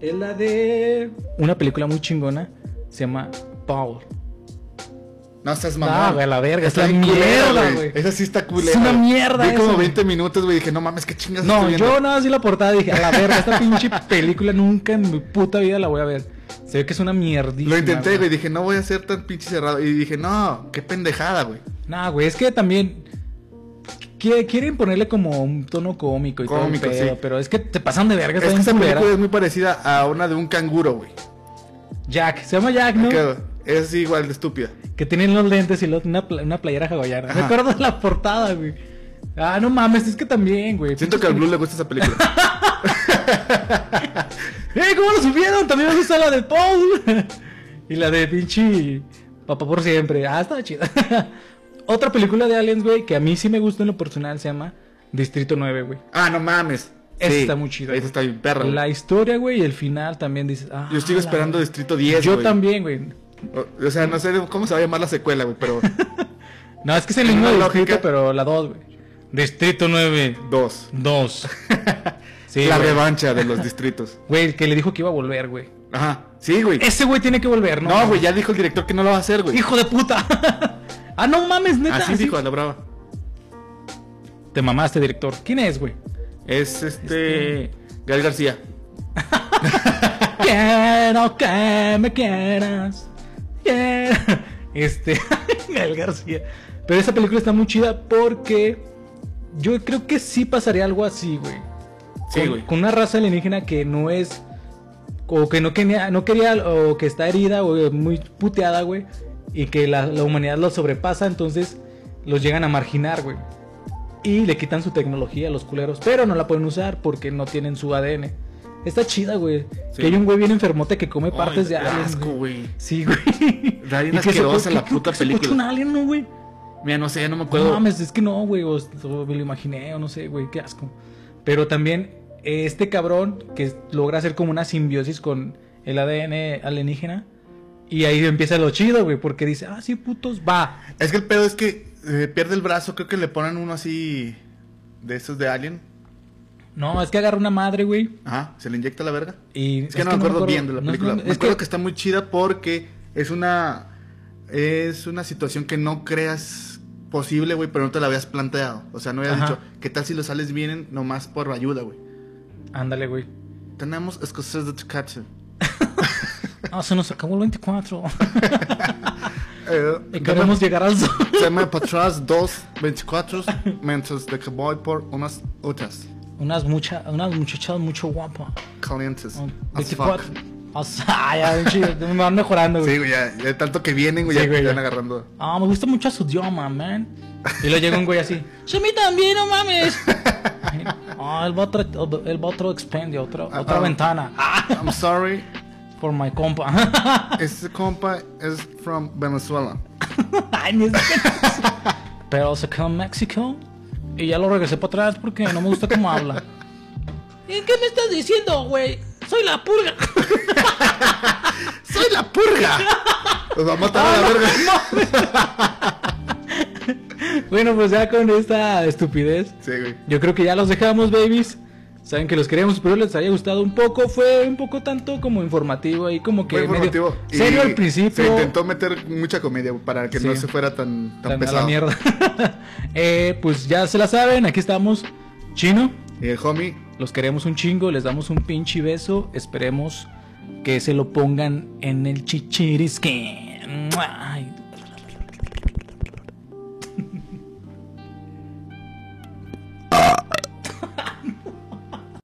B: Es la de. Una película muy chingona. Se llama Power.
D: No seas
B: Ah,
D: mamón.
B: güey, la verga. Es
D: Está
B: la
D: bien culera,
B: mierda, güey.
D: Esa sí está culera.
B: Es una
D: güey.
B: mierda
D: Vi
B: esa,
D: como
B: güey.
D: 20 minutos, güey, dije, no mames, qué chingas
B: No,
D: estoy
B: yo
D: viendo?
B: nada más vi la portada y dije, a la verga, esta pinche película nunca en mi puta vida la voy a ver. Se ve que es una mierdita.
D: Lo intenté, güey, dije, no voy a ser tan pinche cerrado. Y dije, no, qué pendejada, güey.
B: Nah, güey, es que también qui- quieren ponerle como un tono cómico y
D: Cómico,
B: todo el pedo,
D: sí.
B: pero es que te pasan de verga,
D: Es
B: está
D: que
B: bien
D: esa
B: culera.
D: película es muy parecida a una de un canguro, güey.
B: Jack, se llama Jack, ¿no?
D: Que Es igual de estúpida.
B: Que tienen los lentes y los- una, pla- una playera hawaiana. Me acuerdo de la portada, güey. Ah, no mames, es que también, güey.
D: Siento que al Blue le gusta esa película.
B: ¡Eh, cómo lo subieron! También me gusta la de Paul. y la de pinche Papá por siempre. Ah, estaba chida. Otra película de Aliens, güey, que a mí sí me gusta en lo personal, se llama Distrito 9, güey.
D: Ah, no mames.
B: Esa está muy chida,
D: Esa
B: güey.
D: está bien perra. güey.
B: La historia, güey, y el final también dices. Ah,
D: Yo sigo
B: la-
D: esperando Distrito 10.
B: Yo
D: güey.
B: también, güey.
D: O, o sea, no sé cómo se va a llamar la secuela, güey, pero
B: No, es que es el
D: Tiene
B: mismo
D: una
B: distrito,
D: lógica.
B: pero la 2, güey.
A: Distrito 9,
D: dos.
A: 2. Sí,
D: la
A: güey.
D: revancha de los distritos.
B: Güey, el que le dijo que iba a volver, güey.
D: Ajá. Sí, güey.
B: Ese güey tiene que volver, ¿no?
D: No, güey, ya dijo el director que no lo va a hacer, güey.
B: Hijo de puta. ah, no mames, neta.
D: Así
B: así.
D: dijo a la brava.
B: Te mamaste, director. ¿Quién es, güey?
D: Es este. Gael García.
B: Quiero que me quieras. Quiero- Este, Gael García. Pero esa película está muy chida porque yo creo que sí pasaría algo así, güey.
D: Sí,
B: Con-
D: güey.
B: Con una raza alienígena que no es. O que no quería, no quería, o que está herida, o muy puteada, güey. Y que la, la humanidad los sobrepasa, entonces los llegan a marginar, güey. Y le quitan su tecnología a los culeros, pero no la pueden usar porque no tienen su ADN. Está chida, güey.
D: Sí.
B: Que hay un güey bien enfermote que come
D: Ay,
B: partes de
D: qué
B: aliens.
D: asco,
B: güey.
D: güey.
B: Sí, güey.
D: Da bien
B: Y que se
D: asquerosa
B: puede-
D: la
B: creo
D: puta
B: que se puede
D: película.
B: un alien, ¿no, güey? Mira, no sé, no me acuerdo.
A: acuerdo.
B: No mames, es que no, güey. O, o me lo imaginé, o no sé, güey, qué asco. Pero también eh, este cabrón que logra hacer como una simbiosis con el ADN alienígena. Y ahí empieza lo chido, güey, porque dice, ah, sí, putos, va.
D: Es que el pedo es que eh, pierde el brazo, creo que le ponen uno así de estos de Alien.
B: No, es que agarra una madre, güey.
D: Ajá, se le inyecta la verga.
B: Y
D: Es que no me acuerdo bien de la
B: no me-
D: película.
B: es
D: Me acuerdo
B: que-
D: que está muy chida porque es una es una situación que no creas posible, güey, pero no te la habías planteado. O sea, no habías
B: Ajá.
D: dicho, ¿qué tal si los sales vienen nomás por ayuda, güey?
B: Ándale, güey.
D: Tenemos escocés de Tecate.
B: Ah, se nos acabó el 24.
D: Eh,
B: y queremos llegar al sol.
D: Se me atrás dos 24 mientras de que voy por unas otras
B: Unas, mucha, unas muchachas mucho guapas.
D: calientes.
B: Oh,
D: As
B: 24.
D: fuck.
B: O sea, ya, un chido, me van mejorando, güey.
D: Sí, güey, ya, ya tanto que vienen, güey,
B: Sí,
D: ya
B: güey,
D: te van
B: ya.
D: agarrando.
B: Ah, me gusta mucho su idioma, man. Y luego llega un güey así. Sí, a mí también, no mames. Ah, él va a otro, él va a otro expendio, otra, otra
D: ah.
B: ventana. Ah,
D: I'm sorry,
B: por my compa.
D: este compa es from Venezuela.
B: Ay, ni es- Pero se quedó en México y ya lo regresé para atrás porque no me gusta cómo habla. ¿Y qué me estás diciendo, güey? Soy la purga.
D: ¡Soy la purga! Los va a matar
B: Ah,
D: a la verga.
B: Bueno, pues ya con esta estupidez.
D: Sí, güey.
B: Yo creo que ya los dejamos, babies. Saben que los queríamos, espero les haya gustado un poco. Fue un poco tanto como informativo ahí, como que
D: Fue informativo.
B: medio
D: Y
B: serio al principio.
D: Se intentó meter mucha comedia güey, para que no
B: Sí.
D: se fuera tan, tan,
B: tan a
D: pesado.
B: la mierda. Eh, pues ya se la saben, aquí estamos. Chino,
D: Y el homie,
B: los queremos un chingo, les damos un pinche beso. Esperemos que se lo pongan en el chichirisque. Ay,